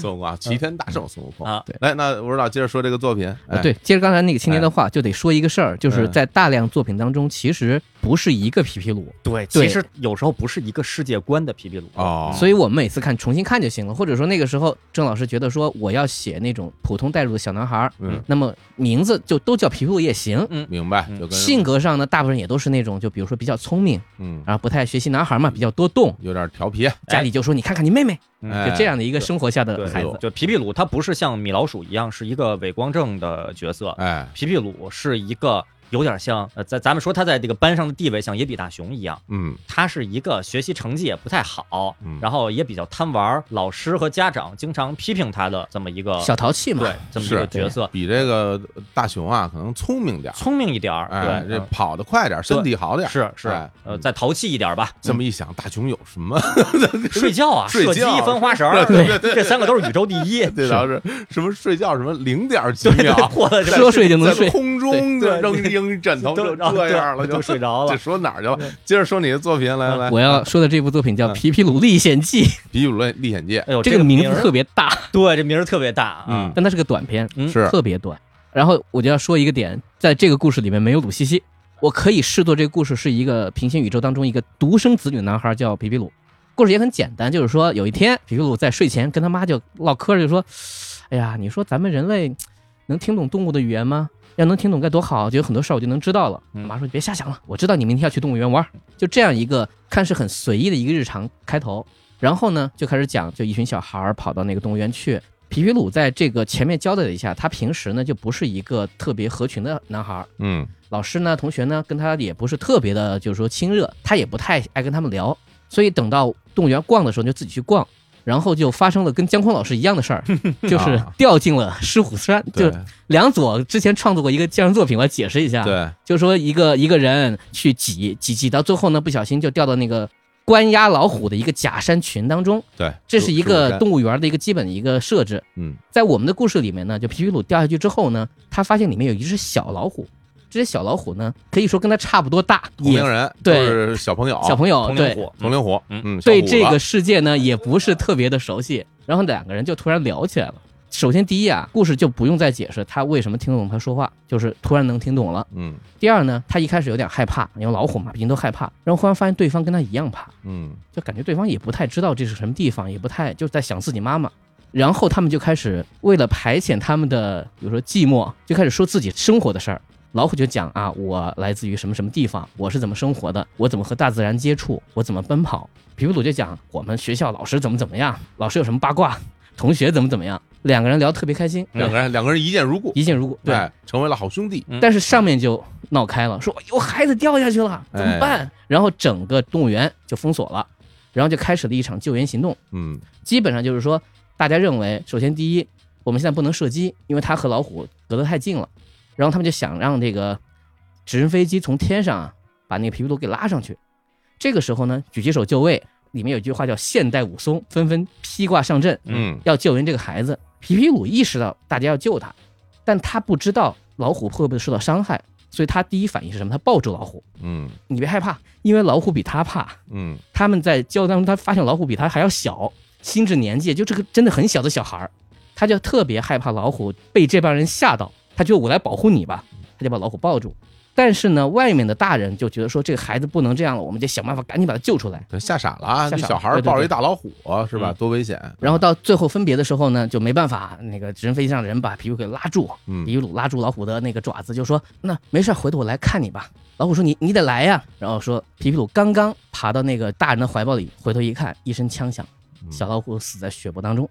孙悟空啊，齐天大圣孙悟空
啊
对
来，那吴指导接着说这个作品，哎
啊，，对，接着刚才那个青年的话，就得说一个事儿，就是在大量作品当中，其实不是一个皮皮鲁，
对，
对
其实有时候不是一个世界观的皮皮鲁。
哦，
所以我们每次看重新看就行了。或者说那个时候郑老师觉得说我要写那种普通代入的小男孩儿，
嗯，
那么名字就都叫皮皮鲁也行。
明白，
嗯
就跟
性格上呢，大部分也都是那种就比如说比较聪明，
嗯，
然后不太爱学习男孩嘛，比较多动，
有点调皮，
家里就说你看看你妹妹，
哎
就这样的一个生活下
对
的孩子。
就皮皮鲁，他不是像米老鼠一样是一个伪光正的角色，
哎，
皮皮鲁是一个有点像呃，咱咱们说他在这个班上的地位像野比大雄一样，
嗯
他是一个学习成绩也不太好
嗯，
然后也比较贪玩儿，老师和家长经常批评他的这么一个
小淘气嘛，
对这么一
是
个角色，
比这个大熊啊可能聪明点儿，
聪明一点
哎
儿，，对
这，跑得快点儿，身
对
体好点
嗯
儿，
是是
哎，
呃，再淘气一点儿吧，
这么一想，大熊有什么？
睡觉啊，
睡
射击
觉
翻花绳儿，这三个都是宇宙第一，
这倒是什么睡觉什么零点几
对
秒，
过了
说睡就能
在
睡。
空中就
对
扔扔枕头就
都然后
这样了，
对
就
就睡着
这
了。
说哪儿去了？接着说你的作品，来来，
我要说的这部作品叫
嗯哦
《皮皮鲁历险记》，
比武论历险记
哎呦，
这
个
个名字
儿
特别大，
对，这名儿特别大啊
嗯。
但它是个短片，
嗯
是
特别短。然后我就要说一个点，在这个故事里面没有鲁西西，我可以视作这个故事是一个平行宇宙当中一个独生子女的男孩叫皮皮鲁。故事也很简单，就是说有一天皮皮鲁在睡前跟他妈就唠嗑儿，就说：“哎呀，你说咱们人类能听懂动物的语言吗？要能听懂该多好！就有很多事儿我就能知道了。”我
嗯
妈说：“你别瞎想了，我知道你明天要去动物园玩儿。”就这样一个看似很随意的一个日常开头，然后呢就开始讲，就一群小孩儿跑到那个动物园去，皮皮鲁在这个前面交代了一下，他平时呢就不是一个特别合群的男孩儿，
嗯
老师呢、同学呢跟他也不是特别的，就是说亲热，他也不太爱跟他们聊， 所以等到动物园逛的时候就自己去逛，然后就发生了跟姜昆老师一样 的事儿，就是掉进了狮虎山。
啊对
就梁左之前创作过一个相声作品，我要解释一下，
对，
就是说一个一个人去挤挤挤到最后呢，不小心就掉到那个关押老虎的一个假山群当中，
对，
这是一
十
个
五
动物园的一个基本的一个设置。
嗯，
在我们的故事里面呢，就皮皮鲁掉下去之后呢，他发现里面有一只小老虎，这只小老虎呢，可以说跟他差不多大，
同
也
龄人
对
都是小朋友，
小朋友
铜
对
铃虎，
同龄虎，
嗯
嗯，小
对
虎
这
子
个世界呢也不是特别的熟悉，然后两个人就突然聊起来了。首先，第一啊，故事就不用再解释他为什么听得懂他说话，就是突然能听懂了。
嗯
第二呢，他一开始有点害怕，因为老虎嘛，毕竟都害怕。然后忽然发现对方跟他一样怕，
嗯
就感觉对方也不太知道这是什么地方，也不太就在想自己妈妈。然后他们就开始为了排遣他们的，比如说寂寞，就开始说自己生活的事儿。老虎就讲啊，我来自于什么什么地方，我是怎么生活的，我怎么和大自然接触，我怎么奔跑。皮皮鲁就讲我们学校老师怎么怎么样，老师有什么八卦，同学怎么怎么样。两个人聊得特别开心，
两个人两个人一见如故，
一见如故。对，
哎，成为了好兄弟，
但是上面就闹开了，说有孩子掉下去了，怎么办？然后整个动物园就封锁了，然后就开始了一场救援行动。
嗯
基本上就是说，大家认为，首先第一，我们现在不能射击，因为它和老虎隔得太近了。然后他们就想让这个直升飞机从天上啊把那个皮皮鲁给拉上去。这个时候呢，狙击手就位，里面有一句话叫“现代武松”，纷纷披挂上阵，
嗯
要救援这个孩子。皮皮鲁意识到大家要救他，但他不知道老虎会不会受到伤害，所以他第一反应是什么？他抱住老虎，
嗯
你别害怕，因为老虎比他怕。
嗯
他们在交流当中，他发现老虎比他还要小，心智年纪就这个真的很小的小孩儿，他就特别害怕老虎被这帮人吓到，他觉得我来保护你吧，他就把老虎抱住。但是呢，外面的大人就觉得说这个孩子不能这样了，我们得想办法赶紧把他救出来。
可吓傻了啊！这
吓傻
小孩
对
儿
对
抱着
对
一大老虎是吧？
嗯
多危险！
然后到最后分别的时候呢，就没办法，那个直升飞机上的人把皮皮鲁给拉住，
嗯
比鲁拉住老虎的那个爪子，就说：“那没事儿，回头我来看你吧。”老虎说：“你你得来呀。”然后说皮皮鲁刚刚爬到那个大人的怀抱里，回头一看，一声枪响，
嗯
小老虎死在血泊当中。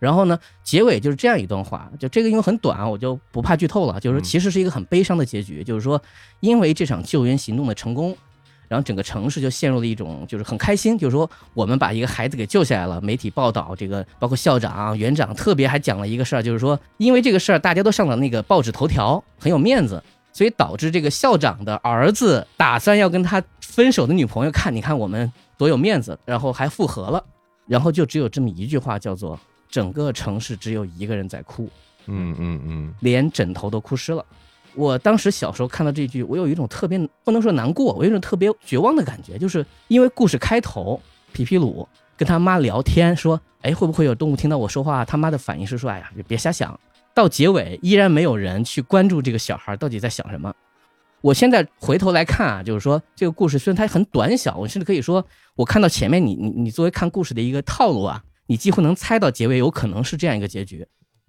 然后呢，结尾就是这样一段话，就这个因为很短啊，我就不怕剧透了。就是说
嗯
其实是一个很悲伤的结局，就是说因为这场救援行动的成功，然然后整个城市就陷入了一种就是很开心，就是说我们把一个孩子给救下来了。媒体报道这个，包括校长啊、园长特别还讲了一个事儿，就是说因为这个事儿大家都上了那个报纸头条，很有面子，所以导致这个校长的儿子打算要跟他分手的女朋友看，你看我们多有面子，然后还复合了，然后就只有这么一句话叫做整个城市只有一个人在哭，
嗯嗯嗯
连枕头都哭湿了。我当时小时候看到这句，我有一种特别不能说难过，我有一种特别绝望的感觉，就是因为故事开头，皮皮鲁跟他妈聊天说，哎，会不会有动物听到我说话？他妈的反应是说，哎呀，别瞎想。到结尾依然没有人去关注这个小孩到底在想什么。我现在回头来看啊，就是说这个故事虽然它很短小，我甚至可以说，我看到前面你你你作为看故事的一个套路啊，你几乎能猜到结尾有可能是这样一个结局。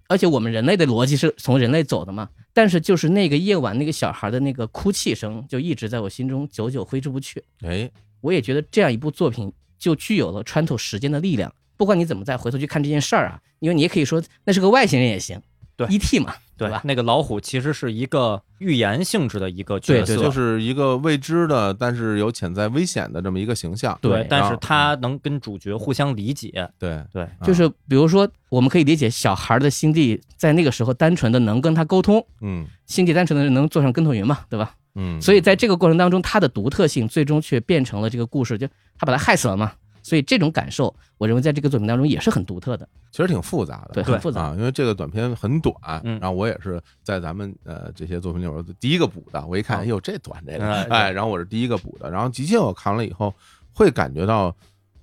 而且我们人类的逻辑是从人类走的嘛，但是就是那个夜晚那个小孩的那个哭泣声，就一直在我心中久久挥之不去。
嗯，哎，
我也觉得这样一部作品就具有了穿透时间的力量。不管你怎么再回头去看这件事儿啊，因为你也可以说那是个外星人也行，
对
，E.T. 嘛，
对
吧？
那个老虎其实是一个预言性质的一个
对
角色，
对
就是一个未知的，但是有潜在危险的这么一个形象。
对
对，但
啊
是他能跟主角互相理解，
对，
对，
就是比如说，我们可以理解小孩的心地在那个时候单纯的能跟他沟通，
嗯
心地单纯的人能坐上跟头云嘛，对吧？
嗯，
所以在这个过程当中，它的独特性最终却变成了这个故事，就他把他害死了嘛。所以这种感受，我认为在这个作品当中也是很独特的，
其实挺复杂的，
对，
对
很复杂。
啊，因为这个短片很短，
嗯
然后我也是在咱们呃这些作品里边第一个补的。我一
嗯
看，
啊
哎呦，这短这个，
哎
哎，然后我是第一个补的。然后极限我看了以后，会感觉到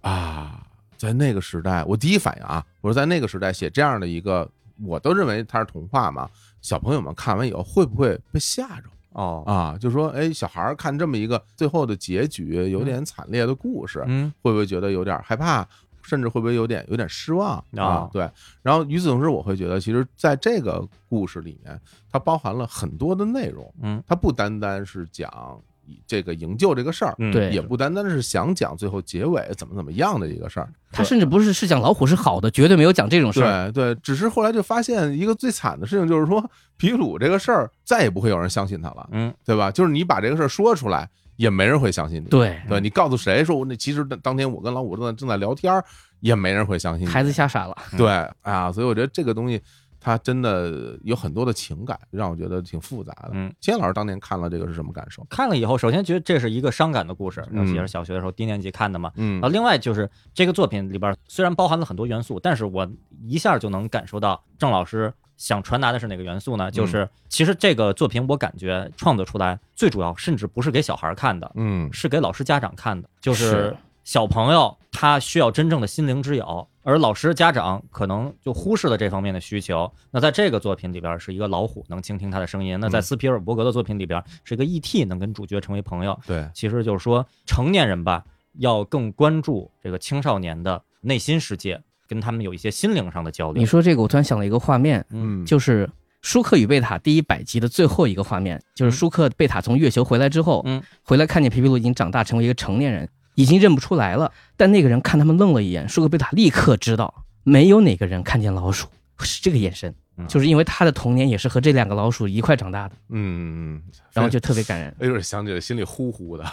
啊，在那个时代，我第一反应啊，我说在那个时代写这样的一个，我都认为它是童话嘛，小朋友们看完以后会不会被吓着？
哦，
啊，就说哎，小孩儿看这么一个最后的结局有点惨烈的故事，
嗯，
会不会觉得有点害怕，甚至会不会有点有点失望啊
啊？
对。然后与此同时，我会觉得，其实在这个故事里面，它包含了很多的内容，
嗯，
它不单单是讲这个营救这个事儿，
嗯
对
也不单单是想讲最后结尾怎么怎么样的一个事儿，
他甚至不是是讲老虎是好的，绝对没有讲这种事儿。
对对，只是后来就发现一个最惨的事情，就是说皮鲁这个事儿再也不会有人相信他了，
嗯，
对吧？就是你把这个事儿说出来，也没人会相信你。
对，
对你告诉谁说我那其实当当天我跟老五正在正在聊天儿，也没人会相信你。
孩子吓傻了。
对啊，所以我觉得这个东西它真的有很多的情感，让我觉得挺复杂的。
嗯，
金老师当年看了这个是什么感受？
看了以后，首先觉得这是一个伤感的故事，
嗯
也是小学的时候低年级看的嘛。
嗯
然后，另外就是这个作品里边虽然包含了很多元素，但是我一下就能感受到郑老师想传达的是哪个元素呢？就是其实这个作品我感觉创作出来最主要甚至不是给小孩看的，
嗯
是给老师家长看的，就是
是
小朋友他需要真正的心灵之友，而老师家长可能就忽视了这方面的需求。那在这个作品里边是一个老虎能倾听他的声音，那在
嗯
斯皮尔伯格的作品里边是一个 E.T. 能跟主角成为朋友，
对，
其实就是说成年人吧，要更关注这个青少年的内心世界，跟他们有一些心灵上的交流。
你说这个，我突然想了一个画面，
嗯，
就是舒克与贝塔第一百集的最后一个画面，就是舒克贝塔从月球回来之后，
嗯，
回来看见皮皮鲁已经长大，成为一个成年人，已经认不出来了。但那个人看他们愣了一眼，舒克贝塔立刻知道，没有哪个人看见老鼠是这个眼神
嗯，
就是因为他的童年也是和这两个老鼠一块长大的，
嗯，
然后就特别感人。
哎呦，想起来心里呼呼的，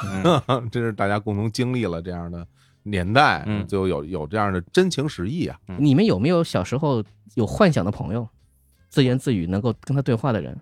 嗯
这是大家共同经历了这样的年代，
嗯
就有有这样的真情实意啊。
嗯
你们有没有小时候有幻想的朋友，自言自语能够跟他对话的人？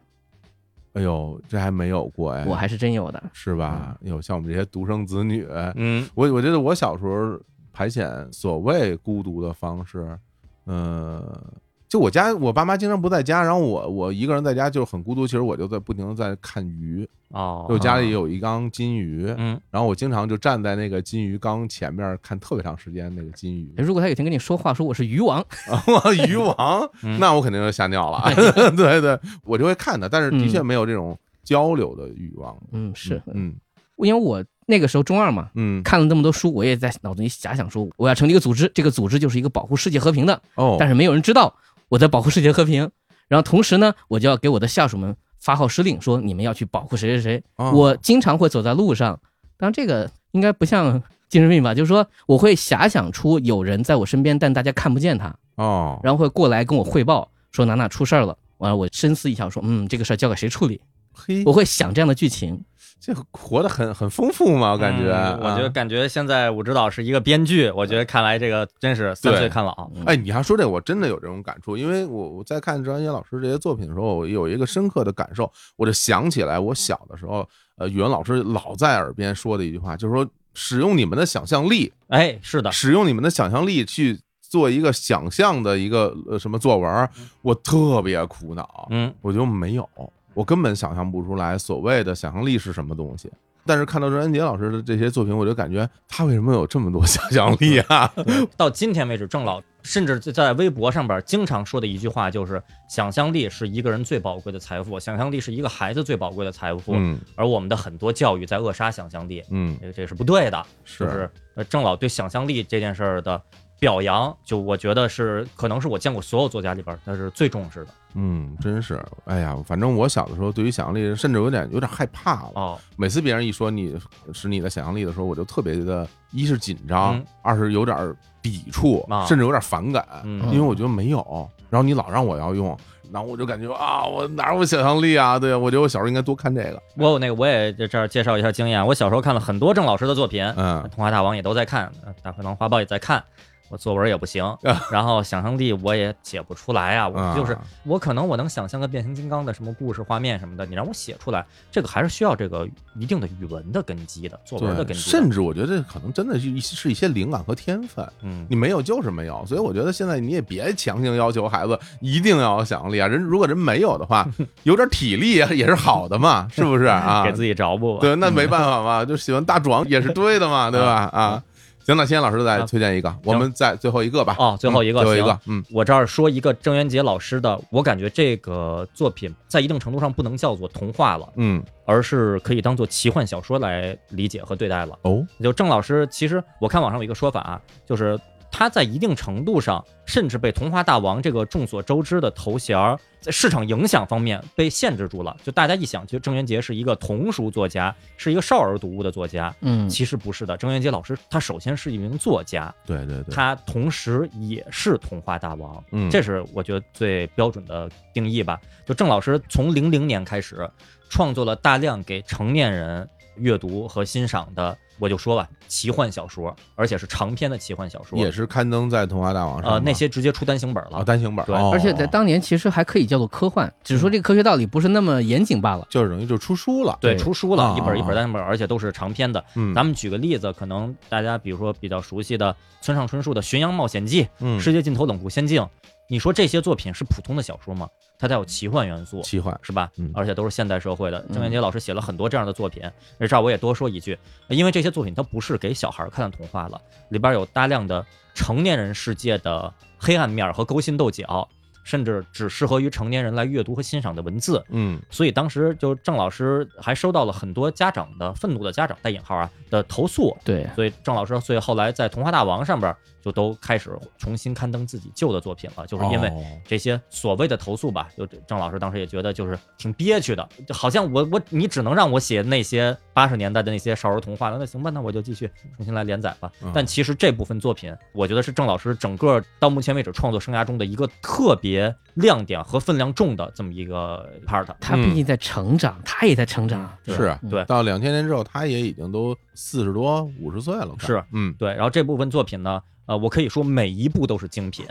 哎呦，这还没有过哎，
我还是真有的。
是吧？有像我们这些独生子女，
嗯
我我觉得我小时候排遣所谓孤独的方式，呃，就我家我爸妈经常不在家，然后我我一个人在家就很孤独。其实我就在不停的在看鱼，
哦，
就家里有一缸金鱼，
嗯
然后我经常就站在那个金鱼缸前面看特别长时间那个金鱼。
如果他有一天跟你说话，说我是鱼王，
哇，鱼 王，
嗯
那我肯定就吓尿了。 对对，我就会看它，但是的确
嗯
没有这种交流的欲望。
嗯，是，
嗯
因为我那个时候中二嘛，
嗯
看了那么多书，我也在脑子里假想说，我要成立一个组织，这个组织就是一个保护世界和平的，
哦，
但
是
是没有人知道我在保护世界和平。然后同时呢，我就要给我的下属们发号施令，说你们要去保护谁谁谁。
哦
我经常会走在路上，当然这个应该不像精神病吧，就是说我会遐想出有人在我身边，但大家看不见他，
哦，
然后会过来跟我汇报说哪哪出事儿了。完了，我深思一下，我说嗯，这个事儿交给谁处理？
嘿，
我会想这样的剧情。
这活得很很丰富嘛，我感觉。
嗯我觉得
啊，
感觉现在武指导是一个编剧，我觉得看来这个真是三
对
岁看老。
哎，你还说这，我真的有这种感触，因为我我在看张杰老师这些作品的时候，我有一个深刻的感受，我就想起来我小的时候，呃，语文老师老在耳边说的一句话，就是说使用你们的想象力，
哎，是的，
使用你们的想象力去做一个想象的一个呃什么作文儿，我特别苦恼，
嗯，
我就没有，我根本想象不出来所谓的想象力是什么东西。但是看到任安杰老师的这些作品，我就感觉他为什么有这么多 想象力啊？
到今天为止，郑老甚至在微博上边经常说的一句话就是：想象力是一个人最宝贵的财富，想象力是一个孩子最宝贵的财富。
嗯
而我们的很多教育在扼杀想象力，
嗯，
这这是不对的。就是呃，郑老对想象力这件事儿的表扬，就我觉得是可能是我见过所有作家里边儿，他是最重视的
嗯，真是，哎呀，反正我小的时候对于想象力，甚至有点有点害怕了。
哦。
每次别人一说你是你的想象力的时候，我就特别的，一是紧张，
嗯
二是有点儿抵触，
啊
甚至有点反感。因为
嗯，
我觉得没有，然后你老让我要用，然后我就感觉啊，我哪有想象力啊？对，我觉得我小时候应该多看这个。
我有那个我也在这儿介绍一下经验，我小时候看了很多郑老师的作品，
嗯，
啊童话大王也都在看，呃大灰狼花豹也在看，我作文也不行，然后想象力我也写不出来啊，我就是
啊啊
我可能我能想象个变形金刚的什么故事画面什么的，你让我写出来，这个还是需要这个一定的语文的根基的，作文的
对，
根基的，
甚至我觉得这可能真的是一是一些灵感和天分，
嗯
你没有就是没有。所以我觉得现在你也别强行要求孩子一定要有想象力啊。人如果人没有的话， 有点体力也是好的嘛，是不是啊？
给自己嗯找补吧。
对，那没办法嘛，就喜欢大壮也是对的 嘛，对吧？
嗯
啊，行，那今天老师再
啊
推荐一个，我们再最后一个吧。
哦最后一个
嗯最后一个
行，
嗯
我这儿说一个郑渊洁老师的，我感觉这个作品在一定程度上不能叫做童话了，
嗯，
而是可以当做奇幻小说来理解和对待了。
哦，
就郑老师，其实我看网上有一个说法啊，就是他在一定程度上，甚至被“童话大王”这个众所周知的头衔儿在市场影响方面被限制住了。就大家一想，就郑渊洁是一个童书作家，是一个少儿读物的作家，
嗯
其实不是的。郑渊洁老师他首先是一名作家，
对对对，
他同时也是童话大王，
嗯，
这是我觉得最标准的定义吧。就郑老师从零零年开始，创作了大量给成年人阅读和欣赏的，我就说吧，奇幻小说，而且是长篇的奇幻小说，
也是刊登在《童话大王》上
呃
吗
那些直接出单行本
啊
了。
单行本儿，
对
哦
而且在当年其实还可以叫做科幻，只是说这个科学道理不是那么严谨罢了。
就是等于就出书了。
对，
对
出书了，
啊
一本一
啊
本单行本，而且都是长篇的。
嗯，
咱们举个例子，可能大家比如说比较熟悉的村上春树的《寻羊冒险记》
们
《世界尽头冷酷仙境》，你说这些作品是普通的小说吗？它带有奇幻元素，
奇幻，
是吧
嗯？
而且都是现代社会的。
嗯
郑渊洁老师写了很多这样的作品，而这儿我也多说一句，因为这些作品它不是给小孩看的童话了，里边有大量的成年人世界的黑暗面和勾心斗角，甚至只适合于成年人来阅读和欣赏的文字。
嗯
所以当时就郑老师还收到了很多家长的愤怒的家长带引号啊的投诉，
对，
所以郑老师所以后来在《童话大王》上边就都开始重新刊登自己旧的作品了，就是因为
哦
这些所谓的投诉吧，就郑老师当时也觉得就是挺憋屈的，就好像我我你只能让我写那些八十年代的那些少儿童话了，那行吧，那我就继续重新来连载吧
嗯。
但其实这部分作品，我觉得是郑老师整个到目前为止创作生涯中的一个特别亮点和分量重的这么一个 part。
他毕竟在成长，他也在成长。
对
是
嗯
啊
对
到两千年之后，他也已经都四十多五十岁了，快
是
嗯
对，然后这部分作品呢，呃，我可以说每一部都是精品，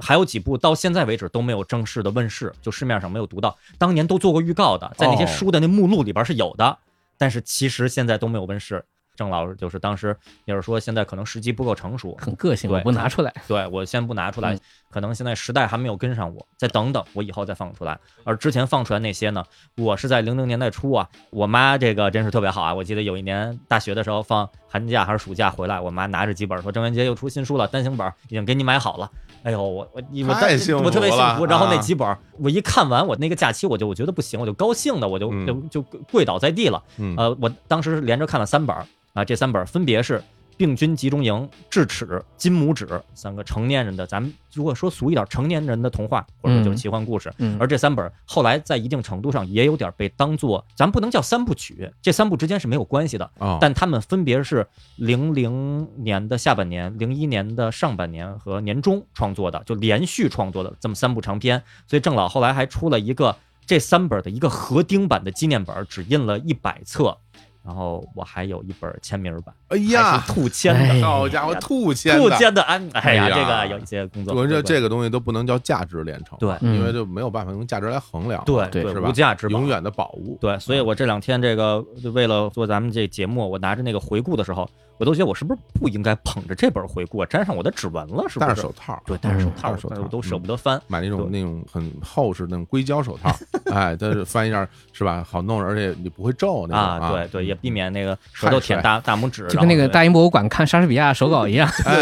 还有几部到现在为止都没有正式的问世，就市面上没有读到，当年都做过预告的，在那些
哦
书的那目录里边是有的，但是其实现在都没有问世。郑老师就是当时也是说，现在可能时机不够成熟，
很个性，
对
我不拿出来。
对我先不拿出来，
嗯
可能现在时代还没有跟上我，再等等，我以后再放出来。而之前放出来那些呢，我是在零零年代初啊，我妈这个真是特别好啊，我记得有一年大学的时候放寒假还是暑假回来，我妈拿着几本说郑渊洁又出新书了，单行本已经给你买好了。哎呦，我我我
太
当时
幸福
我特别幸
了
福。然后那
啊
几本、我一看完，我那个假期我就我觉得不行，我就高兴的我就、
嗯
就就跪倒在地了。
嗯
呃，我当时是连着看了三本儿啊，这三本儿分别是《病菌集中营》《智齿》《金拇指》三个成年人的，咱们如果说俗一点，成年人的童话或者就是奇幻故事。
嗯，
而这三本儿后来在一定程度上也有点被当做，咱不能叫三部曲，这三部之间是没有关系的，
哦，
但他们分别是零零年的下半年、零一年的上半年和年中创作的，就连续创作的这么三部长篇。所以郑老后来还出了一个这三本的一个合订版的纪念本，只印了一百册。然后我还有一本签名版，
哎
还
呀
是，兔签的，
哎
好家伙，兔签
兔
的，
签的，哎哎呀，
哎呀
这个有一些工作，
我这这
个
个东西都不能叫价值连城，
对
嗯
因为就没有办法用价值来衡量，
对
对
是吧
无价之宝
永。远的宝物。
对，所以我这两天这个就为了做咱们这节目，我拿着那个回顾的时候，我都觉得我是不是不应该捧着这本回顾啊沾上我的指纹了？是不
戴
是？
着手套，
对，戴着手套，哎
戴着手套嗯
我都舍不得翻。
买那种
对
那种很厚实的那种硅胶 手套，哎，但是翻一下是吧，好弄，而且你不会皱那种
啊，对对，也
嗯
避免那个舌头
汗水
舔大大拇指，
就跟那个
然后
大英博物馆看莎士比亚手稿一 样。
哎，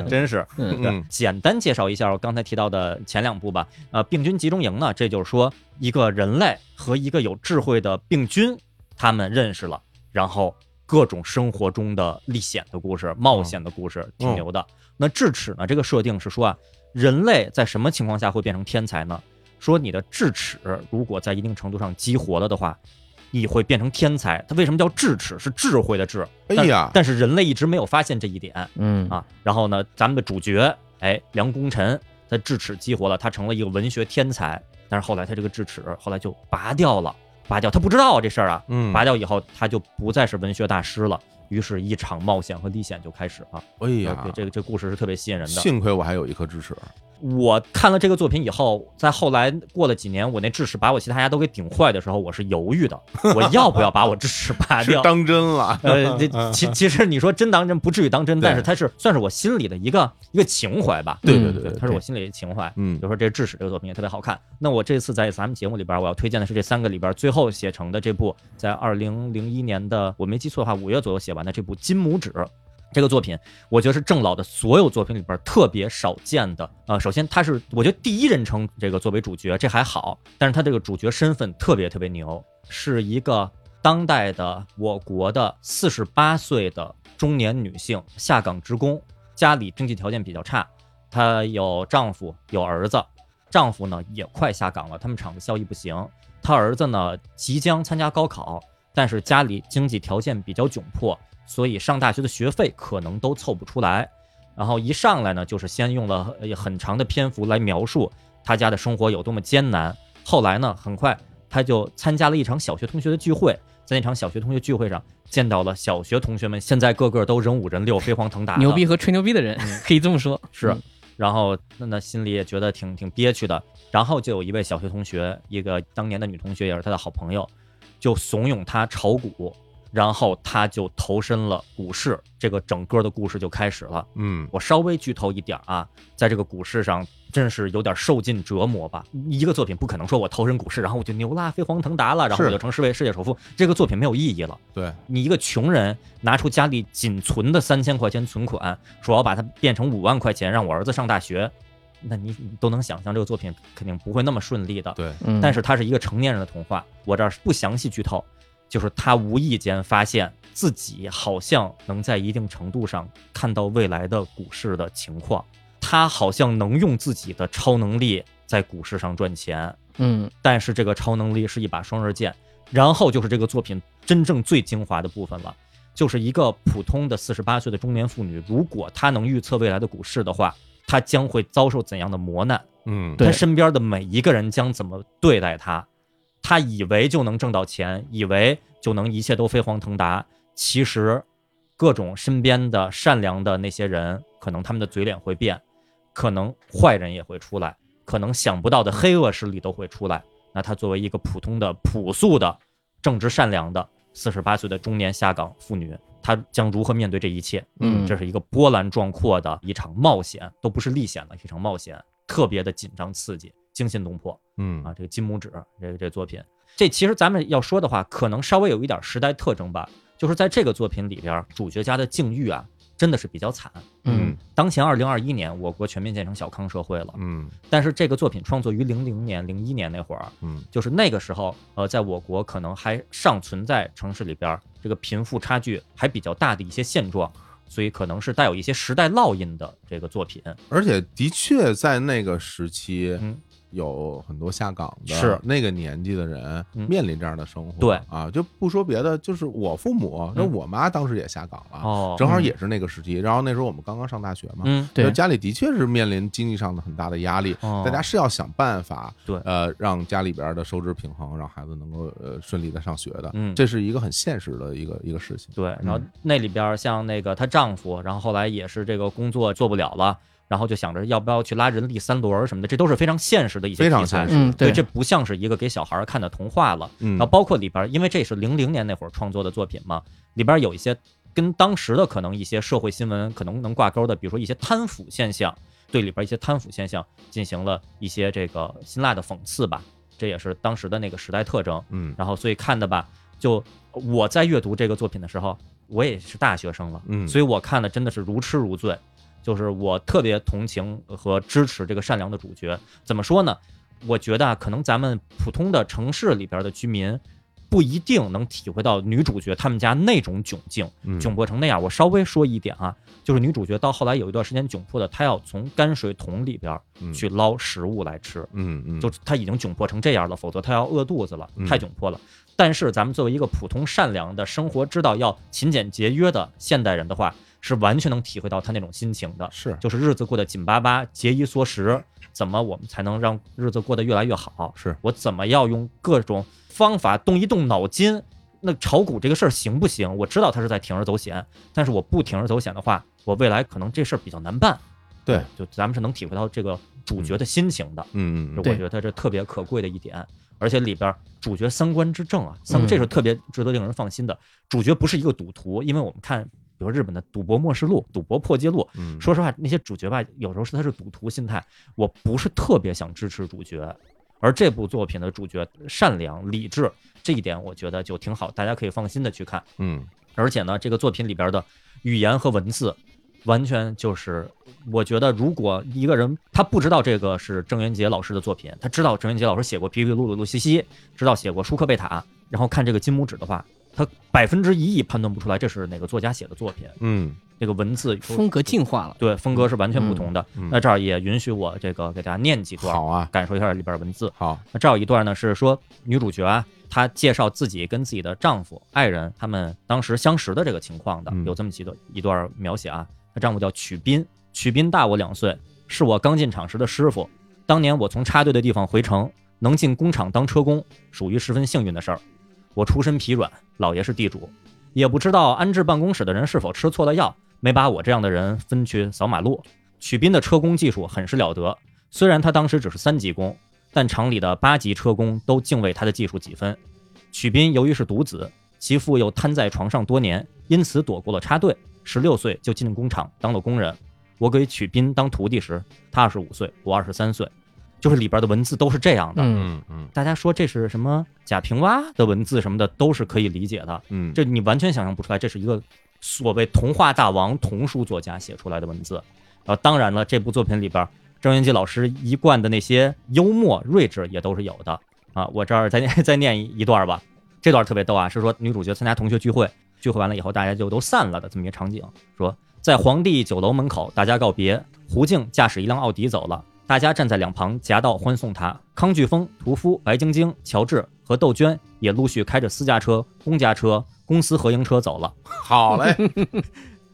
对， 真是
嗯
对，简单介绍一下我刚才提到的前两步吧。呃，病菌集中营呢，这就是说一个人类和一个有智慧的病菌，他们认识了，然后各种生活中的历险的故事、冒险的故事，挺牛的。那智齿呢，这个设定是说啊，人类在什么情况下会变成天才呢？说你的智齿如果在一定程度上激活了的话，你会变成天才。它为什么叫智齿？是智慧的智。
哎呀，
但是人类一直没有发现这一点。
嗯，
啊。然后呢，咱们的主角哎梁功臣，他智齿激活了，他成了一个文学天才。但是后来他这个智齿后来就拔掉了，拔掉他不知道啊这事儿啊，
嗯，
拔掉以后他就不再是文学大师了。于是，一场冒险和历险就开始了。
哎
对
呀，
这个这故事是特别吸引人的。
幸亏我还有一颗智齿，
我看了这个作品以后，在后来过了几年，我那智齿把我其他牙都给顶坏的时候，我是犹豫的，我要不要把我智齿拔
是
掉？
当真 了，
呃，这其其实你说真当真不至于当真，
嗯对
但是它是算是我心里的一个一个情怀吧。
对
嗯
对对，
它是我心里的情怀。
嗯
比如说这《智齿》这个作品也特别好看。那我这次在咱们节目里边，我要推荐的是这三个里边最后写成的这部，在二零零一年的我没记错的话，五月左右写完的这部《金拇指》这个作品，我觉得是郑老的所有作品里边特别少见的。呃，首先他是我觉得第一人称这个作为主角，这还好，但是他这个主角身份特别特别牛，是一个当代的我国的四十八岁的中年女性下岗职工，家里经济条件比较差，她有丈夫有儿子，丈夫呢也快下岗了，他们厂子效益不行，她儿子呢即将参加高考，但是家里经济条件比较窘迫，所以上大学的学费可能都凑不出来。然后一上来呢，就是先用了呃很长的篇幅来描述他家的生活有多么艰难。后来呢，很快他就参加了一场小学同学的聚会，在那场小学同学聚会上见到了小学同学们，现在个个都人五人六，飞黄腾达，
牛逼和吹牛逼的人可以这么说。
是，然后那那心里也觉得挺挺憋屈的。然后就有一位小学同学，一个当年的女同学，也是他的好朋友，就怂恿他炒股，然后他就投身了股市。这个整个的故事就开始了。
嗯，
我稍微剧透一点啊，在这个股市上真是有点受尽折磨吧。一个作品不可能说我投身股市，然后我就牛啦，飞黄腾达了，然后
是
我就成世界世界首富，这个作品没有意义了。
对，
你一个穷人拿出家里仅存的三千块钱存款，说我要把它变成五万块钱，让我儿子上大学，那你你都能想象这个作品肯定不会那么顺利的。
对，
嗯，
但是它是一个成年人的童话，我这儿不详细剧透，就是他无意间发现自己好像能在一定程度上看到未来的股市的情况，他好像能用自己的超能力在股市上赚钱，
嗯，
但是这个超能力是一把双刃剑。然后就是这个作品真正最精华的部分了，就是一个普通的四十八岁的中年妇女，如果她能预测未来的股市的话，她将会遭受怎样的磨难？
嗯，
对
她身边的每一个人将怎么对待她？她以为就能挣到钱，以为就能一切都飞黄腾达，其实各种身边的善良的那些人，可能他们的嘴脸会变，可能坏人也会出来，可能想不到的黑恶势力都会出来。那她作为一个普通的、朴素的、正直善良的四十八岁的中年下岗妇女，她将如何面对这一切？
嗯
这是一个波澜壮阔的一场冒险，都不是历险了，一场冒险，特别的紧张刺激，惊心动魄
嗯
啊！这个金拇指，这个这个作品，这其实咱们要说的话，可能稍微有一点时代特征吧，就是在这个作品里边，主角家的境遇啊，真的是比较惨。
嗯，
当前二零二一年，我国全面建成小康社会了，
嗯
但是这个作品创作于零零年、零一年那会儿，
嗯
就是那个时候，呃，在我国可能还尚存在城市里边儿这个贫富差距还比较大的一些现状，所以可能是带有一些时代烙印的这个作品。
而且的确在那个时期
嗯，
有很多下岗的，
是
那个年纪的人
嗯
面临这样的生活。
对
啊，就不说别的，就是我父母，那
嗯
我妈当时也下岗了，
哦，
啊正好也是那个时期。然后那时候我们刚刚上大学嘛，
嗯，
对
就家里的确是面临经济上的很大的压力，
哦
大家是要想办法，
对
呃，让家里边的收支平衡，让孩子能够呃顺利的上学的，
嗯
这是一个很现实的一个一个事情。
对，然后那里边儿像那个她丈夫，然后后来也是这个工作做不了了，然后就想着要不要去拉人力三轮儿什么的，这都是非常现实的一些
非常
题材
现实
嗯，
对，这不像是一个给小孩儿看的童话了。
嗯
然后包括里边儿，因为这是零零年那会儿创作的作品嘛，里边儿有一些跟当时的可能一些社会新闻可能能挂钩的，比如说一些贪腐现象，对里边儿一些贪腐现象进行了一些这个辛辣的讽刺吧，这也是当时的那个时代特征。
嗯
然后所以看的吧，就呃我在阅读这个作品的时候，我也是大学生了，
嗯
所以我看的真的是如痴如醉，就是我特别同情和支持这个善良的主角。怎么说呢？我觉得啊，可能咱们普通的城市里边的居民。不一定能体会到女主角他们家那种窘境，
嗯
窘迫成那样。我稍微说一点啊，就是女主角到后来有一段时间窘迫的，她要从泔水桶里边
嗯
去捞食物来吃。
嗯嗯，
就是他已经窘迫成这样了，否则他要饿肚子了
嗯，
太窘迫了。但是咱们作为一个普通善良的生活之道要勤俭节约的现代人的话，是完全能体会到他那种心情的，
是
就是日子过得紧巴巴，节衣缩食，怎么我们才能让日子过得越来越好？
是
我怎么要用各种方法动一动脑筋？那炒股这个事儿行不行？我知道他是在铤而走险，但是我不铤而走险的话，我未来可能这事儿比较难办。
对，
就咱们是能体会到这个主角的心情的。
嗯嗯嗯
我
对
觉得这特别可贵的一点。而且里边儿主角三观之正啊，三
嗯
这是特别值得令人放心的。主角不是一个赌徒，因为我们看，比如日本的《赌博默示录》《赌博破纪录》，
嗯，
说实话，那些主角吧，有时候是他是赌徒心态，我不是特别想支持主角。而这部作品的主角善良、理智这一点，我觉得就挺好，大家可以放心的去看。
嗯
而且呢，这个作品里边的语言和文字，完全就是我觉得，如果一个人他不知道这个是郑渊洁老师的作品，他知道郑渊洁老师写过《皮皮鲁鲁鲁西西》，知道写过《舒克贝塔》，然后看这个金拇指的话，他百分之一亿判断不出来这是哪个作家写的作品。
嗯
这个文字
风格进化了。
对风格是完全不同的。
嗯，
那这儿也允许我这个给大家念几段，
好啊
感受一下里边文字。
好，
那这儿有一段呢，是说女主角啊，她介绍自己跟自己的丈夫、爱人他们当时相识的这个情况的
嗯，
有这么几段一段描写啊。她丈夫叫曲斌，曲斌大我两岁，是我刚进厂时的师傅。当年我从插队的地方回城，能进工厂当车工，属于十分幸运的事儿。我出身疲软，老爷是地主，也不知道安置办公室的人是否吃错了药，没把我这样的人分去扫马路。曲斌的车工技术很是了得，虽然他当时只是三级工，但厂里的八级车工都敬畏他的技术几分。曲斌由于是独子，其父又瘫在床上多年，因此躲过了插队。十六岁就进工厂当了工人。我给曲斌当徒弟时，他二十五岁，我二十三岁，就是里边的文字都是这样的。
嗯，
嗯嗯
大家说这是什么贾平凹的文字什么的，都是可以理解的。
嗯，
这你完全想象不出来，这是一个所谓童话大王、童书作家写出来的文字。然后，当然了，这部作品里边，郑渊洁老师一贯的那些幽默、睿智也都是有的啊。我这儿再念 再念一段吧，这段特别逗啊，是说女主角参加同学聚会，聚会完了以后，大家就都散了的这么一个场景。说在皇帝酒楼门口，大家告别，胡静驾驶一辆奥迪走了。大家站在两旁夹道欢送他。康巨峰、屠夫、白晶晶、乔治和窦娟也陆续开着私家车、公家车、公司合营车走了。
好 嘞，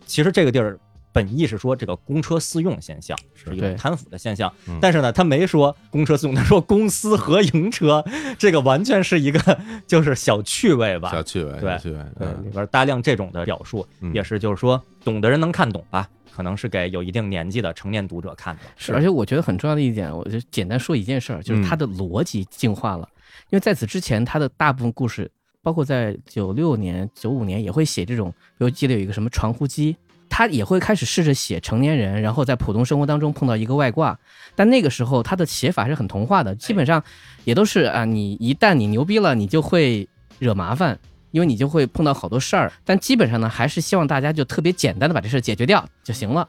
其实这个地儿本意是说这个公车私用现象
是
是一个
对
贪腐的现象
嗯，
但是呢，他没说公车私用，他说公司合营车，这个完全是一个就是小趣味吧，
小趣味，
对
小趣味，
对，
嗯
里边大量这种的表述，
嗯
也是就是说懂的人能看懂吧，可能是给有一定年纪的成年读者看的。
是，而且我觉得很重要的一点，我就简单说一件事儿，就是它的逻辑进化了。因为在此之前，它的大部分故事，包括在九六年、九五年也会写这种，比如记得有一个什么传呼机，他也会开始试着写成年人，然后在普通生活当中碰到一个外挂。但那个时候，他的写法是很童话的，基本上也都是啊，你一旦你牛逼了，你就会惹麻烦。因为你就会碰到好多事儿，但基本上呢，还是希望大家就特别简单的把这事儿解决掉就行了。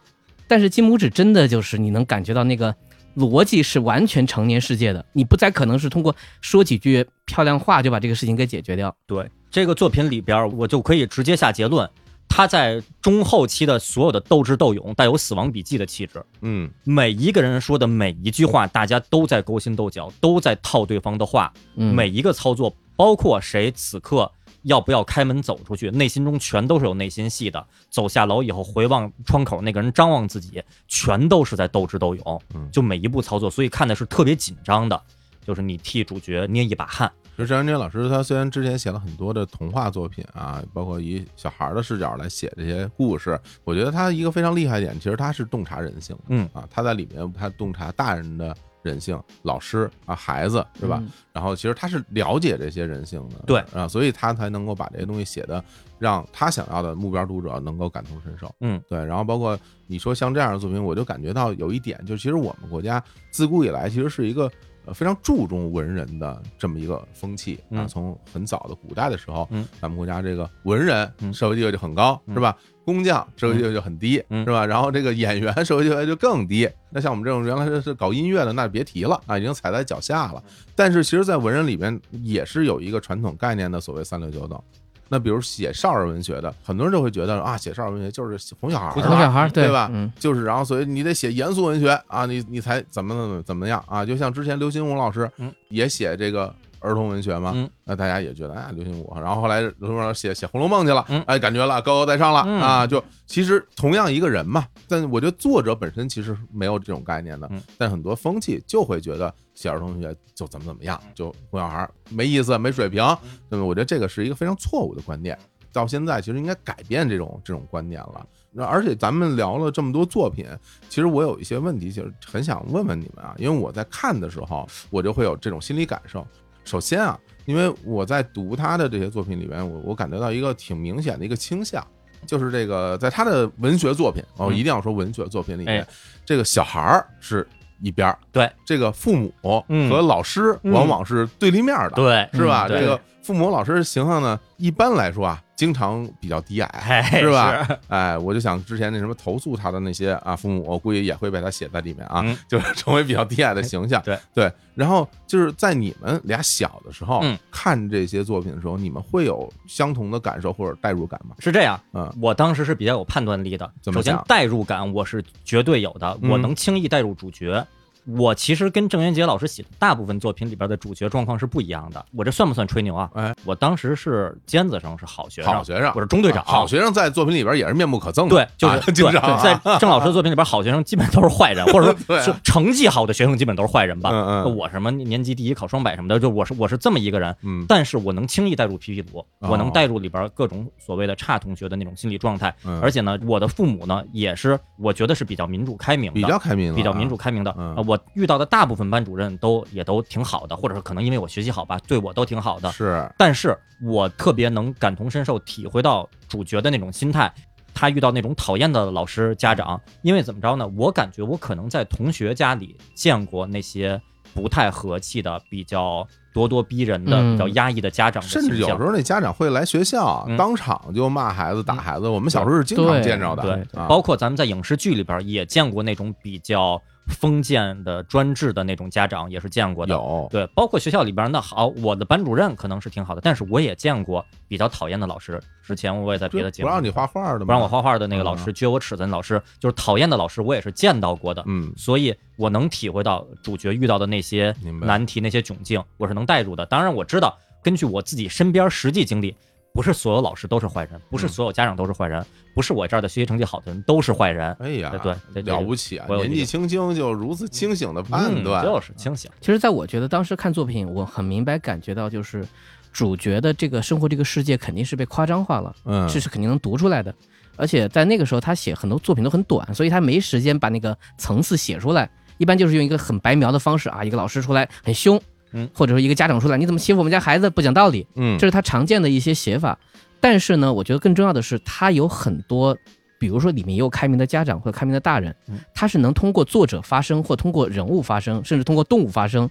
但是金拇指真的就是你能感觉到那个逻辑是完全成年世界的，你不再可能是通过说几句漂亮话就把这个事情给解决掉。
对这个作品里边儿，我就可以直接下结论，他在中后期的所有的斗智斗勇带有死亡笔记的气质，
嗯
每一个人说的每一句话，大家都在勾心斗角，都在套对方的话，
嗯
每一个操作，包括谁此刻要不要开门走出去，内心中全都是有内心戏的。走下楼以后，回望窗口那个人张望自己，全都是在斗智斗勇
嗯，
就每一步操作，所以看的是特别紧张的，就是你替主角捏一把汗。
就张杰老师，他虽然之前写了很多的童话作品啊，包括以小孩儿的视角来写这些故事，我觉得他一个非常厉害一点，其实他是洞察人性的，
嗯
啊，他在里面他洞察大人的人性，老师啊，孩子对吧？
嗯
然后其实他是了解这些人性的，
对
啊，所以他才能够把这些东西写的让他想要的目标读者能够感同身受，
嗯，
对。然后包括你说像这样的作品，我就感觉到有一点，就其实我们国家自古以来其实是一个。呃，非常注重文人的这么一个风气啊，
嗯
从很早的古代的时候，
嗯
咱们国家这个文人
嗯
社会地位就很高，
嗯
是吧？工匠社会地位就很低，
嗯
是吧？然后这个演员社会地位就更低。那像我们这种原来是是搞音乐的，那别提了啊，已经踩在脚下了。但是其实，在文人里边也是有一个传统概念的所谓三六九等。那比如写少儿文学的，很多人就会觉得啊，写少儿文学就是哄小孩儿的，
哄小孩儿
对
对
吧
嗯
就是然后所以你得写严肃文学啊，你你才怎么怎么怎么样啊？就像之前刘心武老师
嗯
也写这个儿童文学嘛，
嗯
那大家也觉得啊，刘心武，然后后来刘心武老师写写《红楼梦》去了，
嗯
哎，感觉了高高在上了、
嗯
啊，就其实同样一个人嘛，但我觉得作者本身其实没有这种概念的，
嗯
但很多风气就会觉得写儿童文学就怎么怎么
嗯
样，就哄小孩儿没意思没水平，那么我觉得这个是一个非常错误的观念。到现在其实应该改变这种这种观念了。那而且咱们聊了这么多作品，其实我有一些问题，就是很想问问你们啊，因为我在看的时候，我就会有这种心理感受。首先啊，因为我在读他的这些作品里边，我我感觉到一个挺明显的一个倾向，就是这个在他的文学作品，哦，
嗯
一定要说文学作品里面，
哎
这个小孩儿是一边儿，
对
这个父母
嗯
和老师
嗯
往往是对立面的，
对
是吧？
嗯对
这个父母老师形象呢，一般来说啊，经常比较低矮，
哎，
是吧？哎，我就想之前那什么投诉他的那些啊父母，我估计也会被他写在里面啊，
嗯
就是成为比较低矮的形象。
对
对，然后就是在你们俩小的时候、
嗯
看这些作品的时候，你们会有相同的感受或者代入感吗？
是这样，
嗯
我当时是比较有判断力的。
怎么
首先
讲，
代入感我是绝对有的，
嗯
我能轻易代入主角。我其实跟郑渊洁老师写的大部分作品里边的主角状况是不一样的。我这算不算吹牛啊？
哎，
我当时是尖子生，是好学生，
好学生啊
我是中队长，
好学生在作品里边也是面目可憎的，
对，就是、
啊、经常啊、
对在郑老师的作品里边，好学生基本都是坏人，或者
对啊
说是成绩好的学生基本都是坏人吧。
嗯嗯
我什么年级第一考双百什么的，就我是我是这么一个人，
嗯
但是我能轻易带入皮皮鲁，我
哦
能带入里边各种所谓的差同学的那种心理状态，
嗯
而且呢，我的父母呢也是我觉得是比较民主开明的，
比较开明了啊，
比较民主开明的。
嗯
呃我遇到的大部分班主任都也都挺好的，或者是可能因为我学习好吧，对我都挺好的。
是
但是我特别能感同身受，体会到主角的那种心态。他遇到那种讨厌的老师、家长，因为怎么着呢？我感觉我可能在同学家里见过那些不太和气的、比较咄咄逼人的、
嗯
比较压抑的家长的
甚至
形
有
象
时候那家长会来学校，
嗯
当场就骂孩子、打孩子。我们小时候是经常
对
见着的，
对，
啊
包括咱们在影视剧里边也见过那种比较封建的、专制的那种家长，也是见过的。
有
对，包括学校里边儿，那好，我的班主任可能是挺好的，但是我也见过比较讨厌的老师。之前我也在别的节
就
目
不让你画画的嗯嘛，
不让我画画的那个老师，撅我尺子的老师，就是讨厌的老师，我也是见到过的。
嗯，
所以我能体会到主角遇到的那些
明白
难题、那些窘境，我是能代入的。当然，我知道根据我自己身边实际经历，不是所有老师都是坏人，不是
嗯
所有家长都是坏人，不是我这儿的学习成绩好的人都是坏人。
哎呀，
对对对
了不起啊！
我有
年
一
纪
个
轻轻就如此清醒的判断，
嗯、就是清醒。
其实，在我觉得当时看作品，我很明白感觉到，就是主角的这个生活这个世界肯定是被夸张化了，
嗯，
这是肯定能读出来的。而且在那个时候，他写很多作品都很短，所以他没时间把那个层次写出来，一般就是用一个很白描的方式啊，一个老师出来很凶，
嗯，
或者说一个家长出来你怎么欺负我们家孩子不讲道理，
嗯，
这是他常见的一些写法。但是呢，我觉得更重要的是，他有很多，比如说里面也有开明的家长或者开明的大人
嗯，
他是能通过作者发声，或通过人物发声，甚至通过动物发声，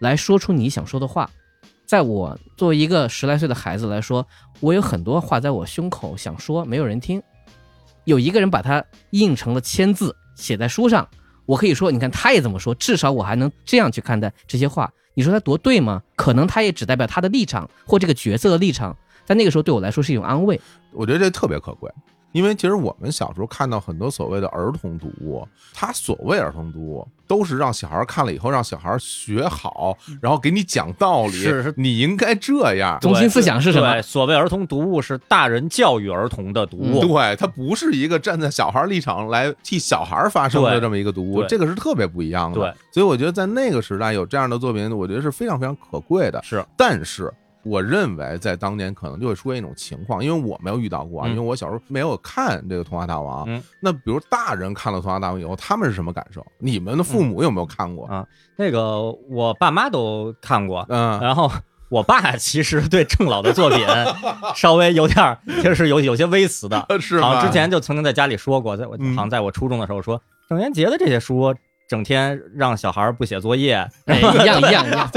来说出你想说的话。在我作为一个十来岁的孩子来说，我有很多话在我胸口想说，没有人听。有一个人把它印成了签字，写在书上，我可以说，你看他也这么说，至少我还能这样去看待这些话。你说他多对吗？可能他也只代表他的立场或这个角色的立场，在那个时候对我来说是一种安慰。
我觉得这特别可贵。因为其实我们小时候看到很多所谓的儿童读物，它所谓儿童读物都是让小孩看了以后让小孩学好，然后给你讲道理，
嗯是是
你应该这样。
中心思想是什么
对，所谓儿童读物是大人教育儿童的读物，
对，它不是一个站在小孩立场来替小孩发声的
对
这么一个读物，
对
这个是特别不一样的。
对，
所以我觉得在那个时代有这样的作品，我觉得是非常非常可贵的。
是
但是我认为在当年可能就会出现一种情况，因为我没有遇到过啊，
嗯
因为我小时候没有看这个《童话大王》
嗯
那比如大人看了《童话大王》以后，他们是什么感受？你们的父母有没有看过？
啊那个我爸妈都看过，
嗯，
然后我爸其实对郑老的作品稍微有点儿，就是有有些微词的，
嗯 是
好
吧？
像之前就曾经在家里说过，在我
嗯
好像在我初中的时候说，郑渊洁的这些书。整天让小孩儿不写 作业，
哎一样一样一样，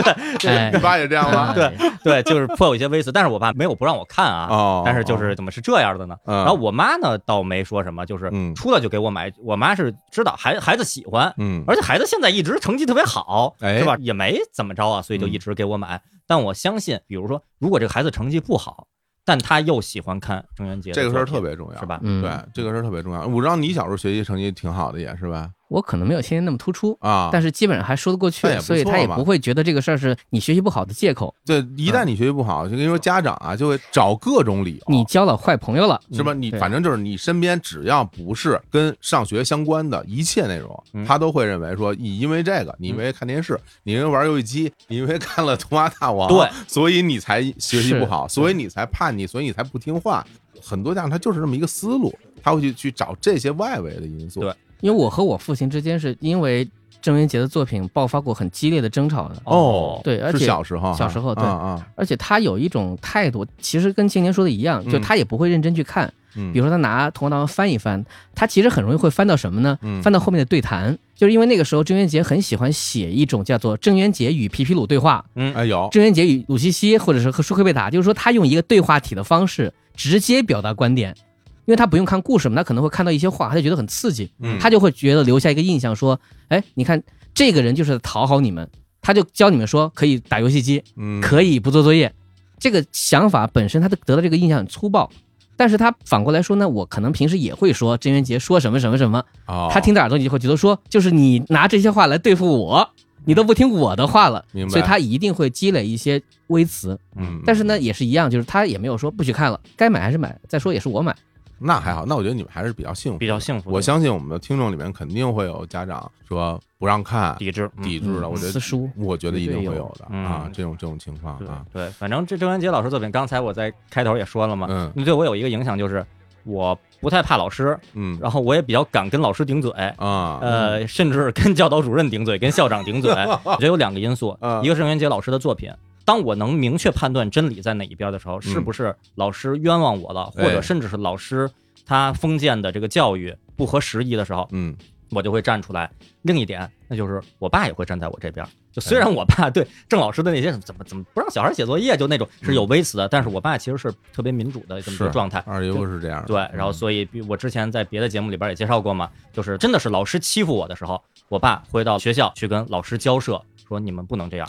哎
你爸也这样吗？
对对，就是颇有一些微词。但是我爸没有不让我看 啊，
哦，
但是就是怎么是这样的呢？
嗯，
然后我妈呢倒没说什么，就是
嗯
出来就给我买。我妈是知道孩孩子喜欢，
嗯，
而且孩子现在一直成绩特别好，
哎嗯
是吧？也没怎么着啊，所以就一直给我买。但我相信，比如说，如果这个孩子成绩不好，但他又喜欢看郑渊洁的
这
作
个
品，
事儿特别重要，
是？吧？
嗯，
对，这个事儿特别重要。我知道你小时候学习成绩挺好的，也是吧？
我可能没有先天那么突出，
啊，
但是基本上还说得过去
那哎也，不
所以他
错
也
嘛
不会觉得这个事儿是你学习不好的借口，
对，一旦你学习不好，就跟你说家长啊，就会找各种理由，
你交了坏朋友了。
是吧？你
嗯对
反正就是你身边只要不是跟上学相关的一切内容，
嗯
他都会认为说你因为这个，
嗯
你因为看电视，你因为玩游戏机，你因为看了《童话大王》，
对，
所以你才学习不好，
是
所以你才叛逆，所以你才不听话。很多家长他就是这么一个思路，他会去去找这些外围的因素。
对
因为我和我父亲之间是因为郑渊洁的作品爆发过很激烈的争吵的，
哦，
对，而
是
且
小时候啊，
小时候对
啊啊，
而且他有一种态度，其实跟青年说的一样，就
嗯
他也不会认真去看。
嗯，
比如说他拿《童话大王》翻一翻，他其实很容易会翻到什么呢？
嗯
翻到后面的对谈，就是因为那个时候郑渊洁很喜欢写一种叫做郑渊洁与皮皮鲁对话，
嗯
哎有，
郑渊洁与鲁西西或者是和舒克贝塔，就是说他用一个对话体的方式直接表达观点，因为他不用看故事嘛，他可能会看到一些话，他就觉得很刺激，
嗯
他就会觉得留下一个印象，说，哎，你看这个人就是讨好你们，他就教你们说可以打游戏机，
嗯
可以不做作业。这个想法本身，他的得到这个印象很粗暴，但是他反过来说呢，我可能平时也会说郑渊洁说什么什么什么，
哦
他听到耳朵里就会觉得说，就是你拿这些话来对付
嗯
我，你都不听我的话了，
明白
所以他一定会积累一些微词。
嗯，
但是呢，也是一样，就是他也没有说不许看了，该买还是买，再说也是我买。
那还好，那我觉得你们还是比较幸福的，
比较幸福的。
我相信我们的听众里面肯定会有家长说不让看、
抵制，嗯
抵制的，
嗯
我觉
撕
得
书
我觉得一定会有的
嗯
啊，这种这种情况
对
啊，
对，反正这郑渊洁老师作品，刚才我在开头也说了嘛，
嗯
那对我有一个影响就是，我不太怕老师，
嗯
然后我也比较敢跟老师顶嘴。
啊
呃，甚至跟教导主任顶嘴，跟校长 顶嘴，我觉得有两个因素
嗯，
一个是袁杰老师的作品。当我能明确判断真理在哪一边的时候，是不是老师冤枉我了，
嗯哎
或者甚至是老师他封建的这个教育不合时宜的时候，
嗯
我就会站出来。另一点，那就是我爸也会站在我这边。就
嗯
虽然我爸对郑老师的那些怎么怎么不让小孩写作业，就那种是有微词的，但是我爸其实是特别民主的这么一个
嗯是
状态。
二优是这样的，嗯
对，然后所以比我之前在别的节目里边也介绍过嘛，就是真的是老师欺负我的时候，我爸回到学校去跟老师交涉，说你们不能这样。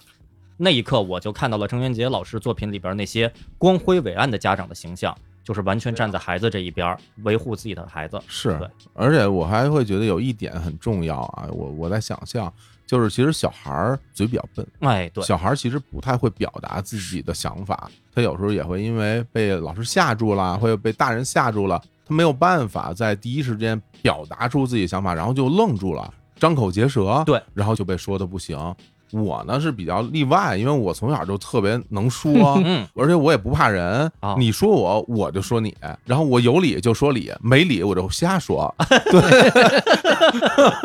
那一刻，我就看到了郑渊洁老师作品里边那些光辉伟岸的家长的形象，就是完全站在孩子这一边儿，维护自己的孩子。
是
对，
而且我还会觉得有一点很重要啊，我我在想象，就是其实小孩儿嘴比较笨，
哎，对，
小孩儿其实不太会表达自己的想法，他有时候也会因为被老师吓住了，或者被大人吓住了，他没有办法在第一时间表达出自己的想法，然后就愣住了，张口结舌，
对，，
然后就被说的不行。我呢是比较例外，因为我从小就特别能说
嗯，
而且我也不怕人
哦。
你说我，我就说你，然后我有理就说理，没理我就瞎 说。对，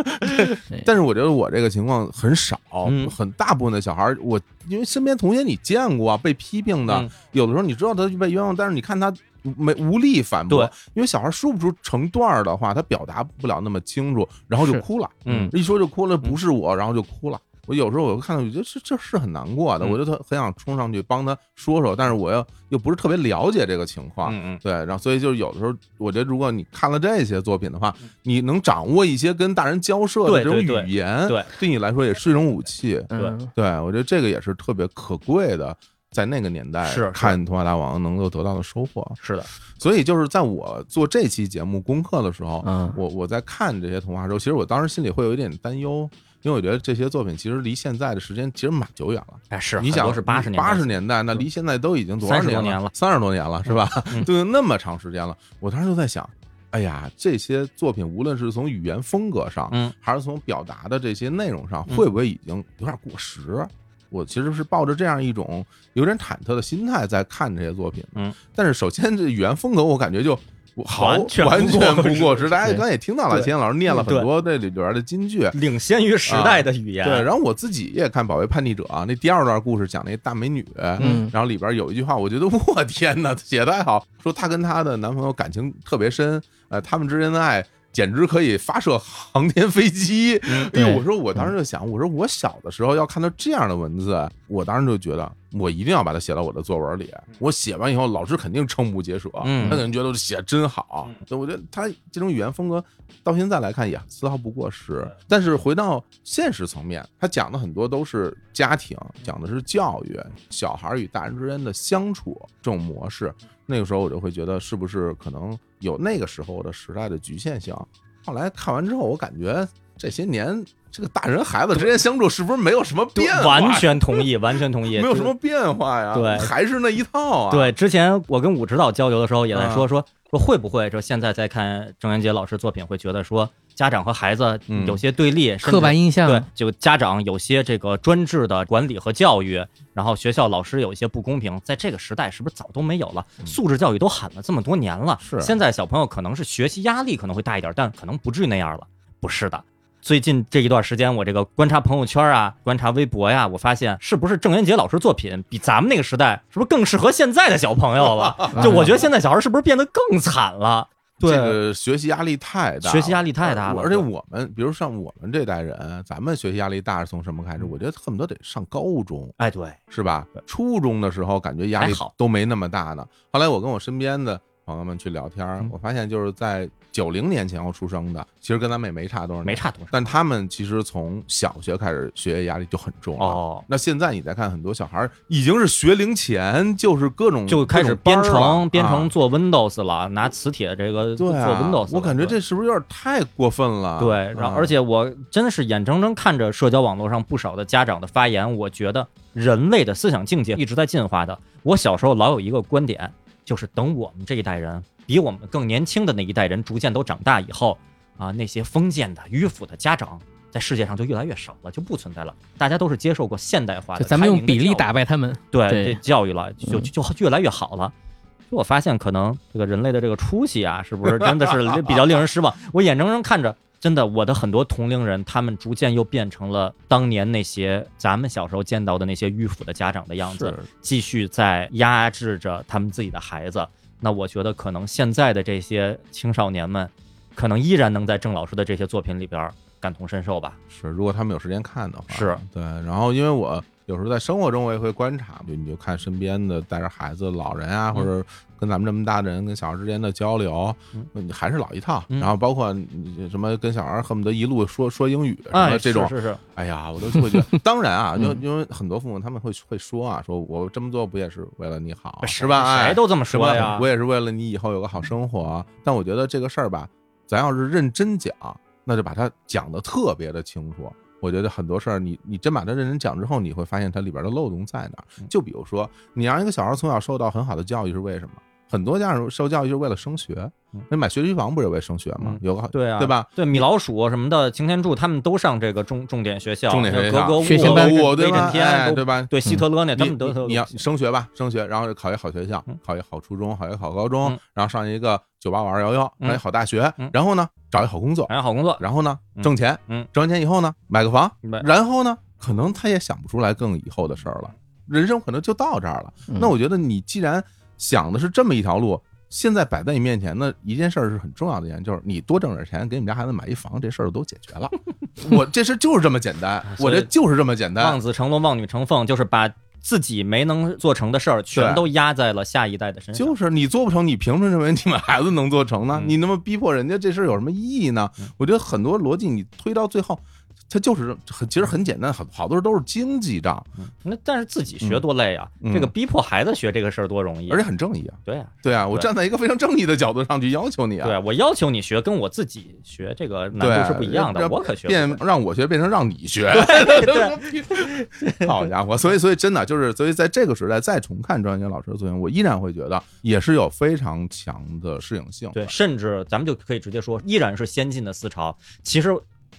但是我觉得我这个情况很少，
嗯
很大部分的小孩儿，我因为身边同学你见过啊，被批评的，
嗯
有的时候你知道他被冤枉，但是你看他。没无力反驳
对，
因为小孩说不出成段儿的话，他表达不了那么清楚，然后就是哭了。
嗯
一说就哭了，不是我，然后就哭了。我有时候我就看到，我觉得这这是很难过的，
嗯
我就特很想冲上去帮他说说，但是我又又不是特别了解这个情况，
嗯嗯，
对，然后所以就是有的时候，我觉得如果你看了这些作品的话，你能掌握一些跟大人交涉的
嗯对
这种
对对
语言，
对
对你来说也是一种武器，
对
嗯，
对我觉得这个也是特别可贵的。在那个年代
是是
看《童话大王》能够得到的收获。
是的，
所以就是在我做这期节目功课的时候，
嗯
我我在看这些童话的时候，其实我当时心里会有一点担忧，因为我觉得这些作品其实离现在的时间其实蛮久远了。
哎，是
你想
是八十年，嗯
八十年代，那离现在都已经多少
30多
年
年了
三十多年了，是吧？
嗯
对，那么长时间了，我当时就在想。哎呀，这些作品无论是从语言风格上，
嗯
还是从表达的这些内容上，
嗯
会不会已经有点过时？我其实是抱着这样一种有点忐忑的心态在看这些作品的。
嗯
但是首先这语言风格，我感觉就我好
完全不
完全
过
不
时
过时。大家
对嗯
刚才也听到了，秦岩老师念了很
对
多这里边的金句，
领先于时代的语言，
啊对，然后我自己也看《保卫叛逆者》啊，那第二段故事讲那大美女，
嗯
然后里边有一句话，我觉得 我天呐，写得太好，说她跟她的男朋友感情特别深，呃，他们之间的爱简直可以发射航天飞机。哎呦，
对
我说我当时就想，我说我小的时候要看到这样的文字，我当时就觉得我一定要把它写到我的作文里，我写完以后老师肯定瞠目结舌，
嗯
他肯定觉得我写得真好。啊所以我觉得他这种语言风格到现在来看也丝毫不过时。但是回到现实层面，他讲的很多都是家庭，讲的是教育，小孩儿与大人之间的相处这种模式。那个时候我就会觉得，是不是可能有那个时候的时代的局限性？后来看完之后，我感觉这些年这个大人孩子之间相处是不是没有什么
对
变化？
完全同意，完全同意，
没有什么变化呀，
对
还是那一套啊。
对，之前我跟武指导交流的时候也在说、
啊
说说会不会说现在在看郑渊洁老师作品，会觉得说家长和孩子
嗯
有些对立，甚至
刻板印象，
对，就家长有些这个专制的管理和教育，然后学校老师有一些不公平，在这个时代是不是早都没有了？素质教育都喊了这么多年了，
嗯是
现在小朋友可能是学习压力可能会大一点，但可能不至于那样了。不是的，最近这一段时间，我这个观察朋友圈啊，观察微博呀、我发现是不是郑渊洁老师作品比咱们那个时代是不是更适合现在的小朋 友了？
啊
就我觉得现在小孩是不是变得更惨了？对，
这个学习压力太大了，
学习压力太大了
而且
对
我们，比如像我们这代人，咱们学习压力大是从什么开始？我觉得恨不得得上高中，
哎嗯对，
是吧？初中的时候感觉压力
还好
都没那么大呢。后来我跟我身边的朋友们去聊天儿，
嗯
我发现就是在九零年前后出生的，其实跟咱们也没差多少年，
没。差多少。
但他们其实从小学开始学业压力就很重了。
哦，
那现在你再看很多小孩儿已经是学龄前，就是各种
就开始
嗯各种班
编
儿
程，
了
编程
啊
做 Windows 了，拿磁铁这个做
对啊
Windows 了。
我感觉这
对
是不是有点太过分了？
对，然后
啊
而且我真的是眼睁睁看着社交网络上不少的家长的发言，我觉得人类的思想境界一直在进化的。我小时候老有一个观点，就是等我们这一代人比我们更年轻的那一代人逐渐都长大以后，啊，那些封建的、迂腐的家长。在世界上就越来越少了，就不存在了。大家都是接受过现代化的，
就咱们
开
用
明的
比例
教育
打败他们。
对
对
这教育了，就
嗯
就就越来越好了。就我发现，可能这个人类的这个出息啊，是不是真的是 比较令人失望？我眼睁睁看着，真的我的很多同龄人，他们逐渐又变成了当年那些咱们小时候见到的那些迂腐的家长的样子，
是
继续在压制着他们自己的孩子。那我觉得，可能现在的这些青少年们，可能依然能在郑老师的这些作品里边儿感同身受吧。
是，如果他们有时间看的话，
是
对。然后因为我有时候在生活中我也会观察，就你就看身边的带着孩子、老人啊，或者跟咱们这么大的人跟小孩之间的交流，
嗯
嗯还是老一套。
嗯
然后包括你什么跟小孩恨不得一路说说英语什么
哎，
的这种，
是是是，
哎呀，我都会觉 得，当然啊，因为
嗯
因为很多父母他们会会说啊，说我这么做不也是为了你好，
谁
是吧？哎
谁都这么
是
说
吧？
呀
我。也是为了你以后有个好生活。啊但我觉得这个事儿吧，咱要是认真讲，那就把它讲的特别的清楚。我觉得很多事儿，你你真把它认真讲之后，你会发现它里边的漏洞在哪
嗯
儿。就比如说，你让一个小孩从小受到很好的教育是为什么？很多家长受教育就是为了升学
嗯，
那买学区房不是为升学吗
嗯？
有个好
对啊，
对吧？？
对，米老鼠什么的，擎天柱他们都上这个重重点学校，
重点学校
格格
学前班
巫、
对
威震
吧？哎
天
对
都
吧？嗯
对希特勒哎那他们都
你
都
你要升学吧，升学，然后考一好学校
嗯，
考一好初中，考一好高中
嗯，
然后上一个九八五二幺幺，
嗯
上一好大学
嗯，
然后呢找一好工作，
反正好工作，
然后呢
嗯
挣钱，
嗯哎
挣完钱以后呢买个房，
买
然后呢可能他也想不出来更以后的事儿了，人生可能就到这儿了。
嗯
那我觉得你既然想的是这么一条路。现在摆在你面前的一件事儿是很重要的一件，就是你多挣点钱，给你们家孩子买一房，这事儿都解决了。 我这事就是这么简单，我
所以
这就是这么简单。
望子成龙、望女成凤，就是把自己没能做成的事儿，全都压在了下一代的身上。
就是你做不成，你凭什么认为你们孩子能做成呢？
嗯
嗯你那么逼迫人家，这事儿有什么意义呢？我觉得很多逻辑你推到最后，它就是很其实很简单，很好多都是经济账，
那但是自己学多累啊！
嗯嗯
这个逼迫孩子学这个事儿多容易，
而且很正义啊。
对啊，
对啊，我
对
站在一个非常正义的角度上去要求你啊，
对啊我要求你学，跟我自己学这个难度是不一样
对啊
的，
要不
我可学不
变
会。
让我学变成让你学， 好家伙！所以所以真的就是，所以在这个时代再重看张元老师的作品，我依然会觉得也是有非常强的适应性。
对，，甚至咱们就可以直接说，依然是先进的思潮。其实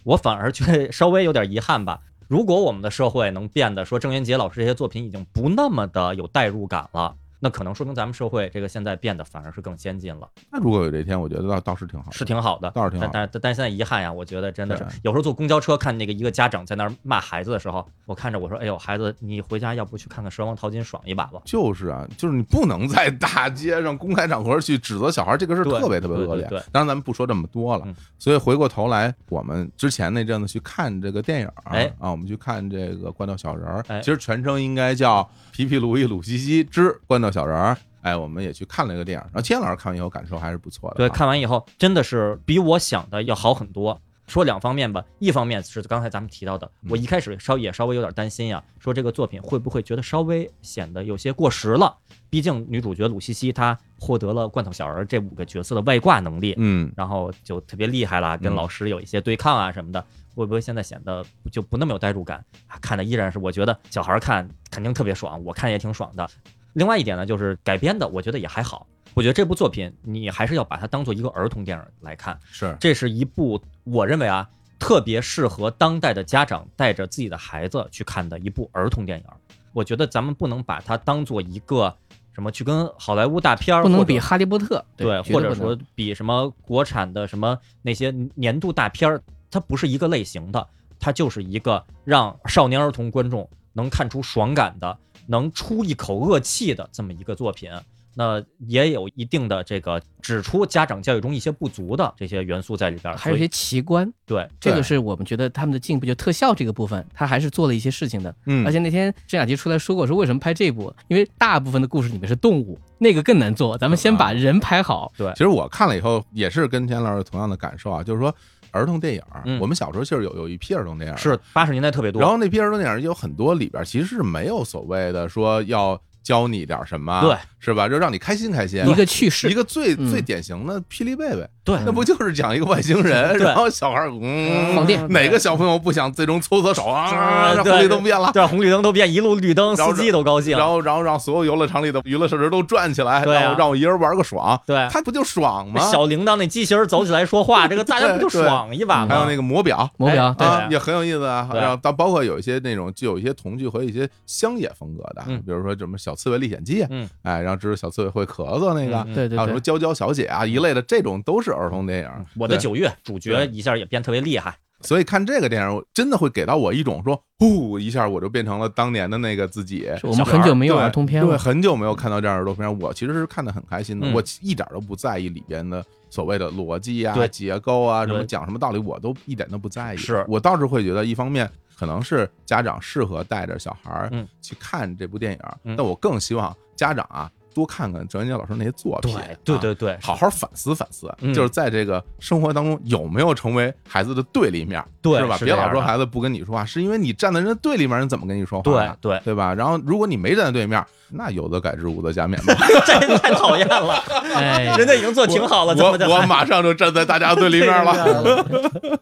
我反而觉得稍微有点遗憾吧。如果我们的社会能变得说郑渊洁老师这些作品已经不那么的有代入感了，那可能说明咱们社会这个现在变得反而是更先进了，
那如果有这一天，我觉得倒倒是挺好的，
是挺好的。
倒是挺好
但
的。
但但但现在遗憾呀，我觉得真的是啊
对
有时候坐公交车看那个一个家长在那儿骂孩子的时候，我看着我说，哎呦，孩子，你回家要不去看看《蛇王淘金》爽一把吧？
就是啊，就是你不能在大街上公开场合去指责小孩，这个是
对
特别特别
对对
恶劣
对。
当然，咱们不说这么多了
嗯。
所以回过头来，我们之前那阵子去看这个电影儿
哎
啊，我们去看这个《关掉小人儿》，
哎
其实全称应该叫《皮皮鲁伊鲁西西之关掉小人儿》。哎，我们也去看了一个电影儿，然后千老师看完以后感受还是不错的。啊
对，，看完以后真的是比我想的要好很多。说两方面吧，一方面是刚才咱们提到的，我一开始稍也稍微有点担心呀，啊说这个作品会不会觉得稍微显得有些过时了？毕竟女主角鲁西西她获得了罐头小儿这五个角色的外挂能力，
嗯，
然后就特别厉害啦，跟
嗯
老师有一些对抗啊什么的，会不会现在显得就不那么有代入感？啊看的依然是我觉得小孩儿看肯定特别爽，我看也挺爽的。另外一点呢，就是改编的，我觉得也还好。我觉得这部作品你还是要把它当做一个儿童电影来看，
是
这是一部我认为啊特别适合当代的家长带着自己的孩子去看的一部儿童电影。我觉得咱们不能把它当做一个什么去跟好莱坞大片儿
不
或
能
者
比《哈利波特》
对，
绝
或者
不能
说比什么国产的什么那些年度大片儿，它不是一个类型的，它就是一个让少年儿童观众能看出爽感的，能出一口恶气的这么一个作品。那也有一定的这个指出家长教育中一些不足的这些元素在里边儿，
还有一
所
些
以
奇观，
对
这
对
个是我们觉得他们的进步，就特效这个部分，他还是做了一些事情的。
嗯
而且那天郑雅琪出来说过，说为什么拍这部，因为大部分的故事里面是动物，那个更难做。咱们先
啊
把人拍好，
其实我看了以后也是跟钱老师同样的感受啊，就是说儿童电影儿，
嗯
我们小时候其实有有一批儿童电影儿，
是八十年代特别多。
啊然后那批儿童电影儿有很多里边儿其实是没有所谓的说要教你点儿什么，
对，
是吧？就让你开心开心。
一个趣事，
一个最
嗯
最典型的霹雳贝贝，
对
那不就是讲一个外星人，
对
然后小孩儿嗯
放，电
哪个小朋友不想最终搓搓手啊，
嗯
让
对
红绿灯变了，
对红绿灯都变一路绿灯，
然后
司机都高兴。
然后然后让所有游乐场里的娱乐设施都转起来，
对啊
让我让我一人玩个爽，
对，啊
他不就爽吗？
小铃铛那机器人走起来 说话，这个大家不就
对对
爽一把
还
吗？
有那个魔表，
魔表，对，
啊，
对
也很有意思啊。
对
然后，但包括有一些那种具有一些童趣和一些乡野风格的，啊
嗯
比如说什么小刺猬历险记，
嗯
哎，然后这是小刺猬会咳嗽那个，
嗯
对对
还有什
对
么，娇娇小姐啊一类的，这种都是儿童电影。
嗯我的
对，
九月主角一下也变特别厉害，
所以看这个电影，我真的会给到我一种说，呼一下我就变成了当年的那个自己。
是我们很久没有
对
儿童片
对，
了，
很久没有看到这样的儿童片，我其实是看得很开心的，
嗯
我一点都不在意里边的所谓的逻辑啊、
对
结构啊、什么
对
讲什么道理，我都一点都不在意。
是
我倒是会觉得，一方面可能是家长适合带着小孩儿
嗯
去看这部电影，
嗯
但我更希望家长啊多看看郑渊洁老师那些作品、啊，
对对对，
好好反思反思，
嗯
就是在这个生活当中有没有成为孩子的对立面，
对
是吧？
是
别
这
老
样
说
的
孩子不跟你说话，是因为你站在人家对立面，人怎么跟你说话
对
呀？，
对
对吧？然后如果你没站在对面，那有则改之，无则加勉 吧。
这太讨厌 了，
哎，
人家已经做挺好了，怎
我
么就
我马上就站在大家对立 面了。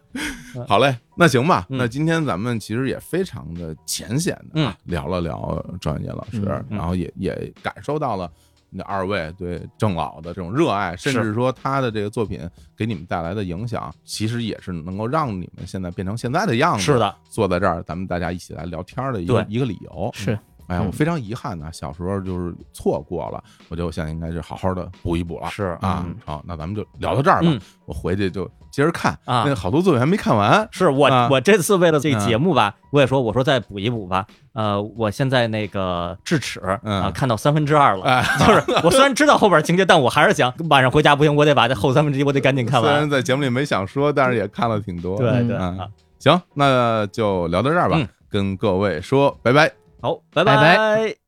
好嘞，那行吧，
嗯
那今天咱们其实也非常的浅显的、
嗯
啊聊了聊赵元杰老师，
嗯
嗯
然后也也感受到了。那二位对郑老的这种热爱，甚至说他的这个作品给你们带来的影响，其实也是能够让你们现在变成现在的样子。
是的，
坐在这儿，咱们大家一起来聊天儿的一个
对
一个理由。
是，
哎呀，我
嗯
非常遗憾呢、小时候就是错过了，我觉得我现在应该是好好的补一补了。
是
啊
嗯，
好，那咱们就聊到这儿吧
嗯。
我回去就接着看
啊
那好多作品还没看完。
是我、
啊
我这次为了这节目吧，我也说我说再补一补吧，呃，我现在那个智齿啊、
嗯
看到三分之二了，
哎
就是我虽然知道后边情节，但我还是想晚上回家不行，我得把这后三分之一我得赶紧看
虽然
完，
在节目里没想说，但是也看了挺多。
对
嗯
对、
嗯
啊，
行，那就聊到这儿吧
嗯，
跟各位说拜拜。
好，拜
拜
拜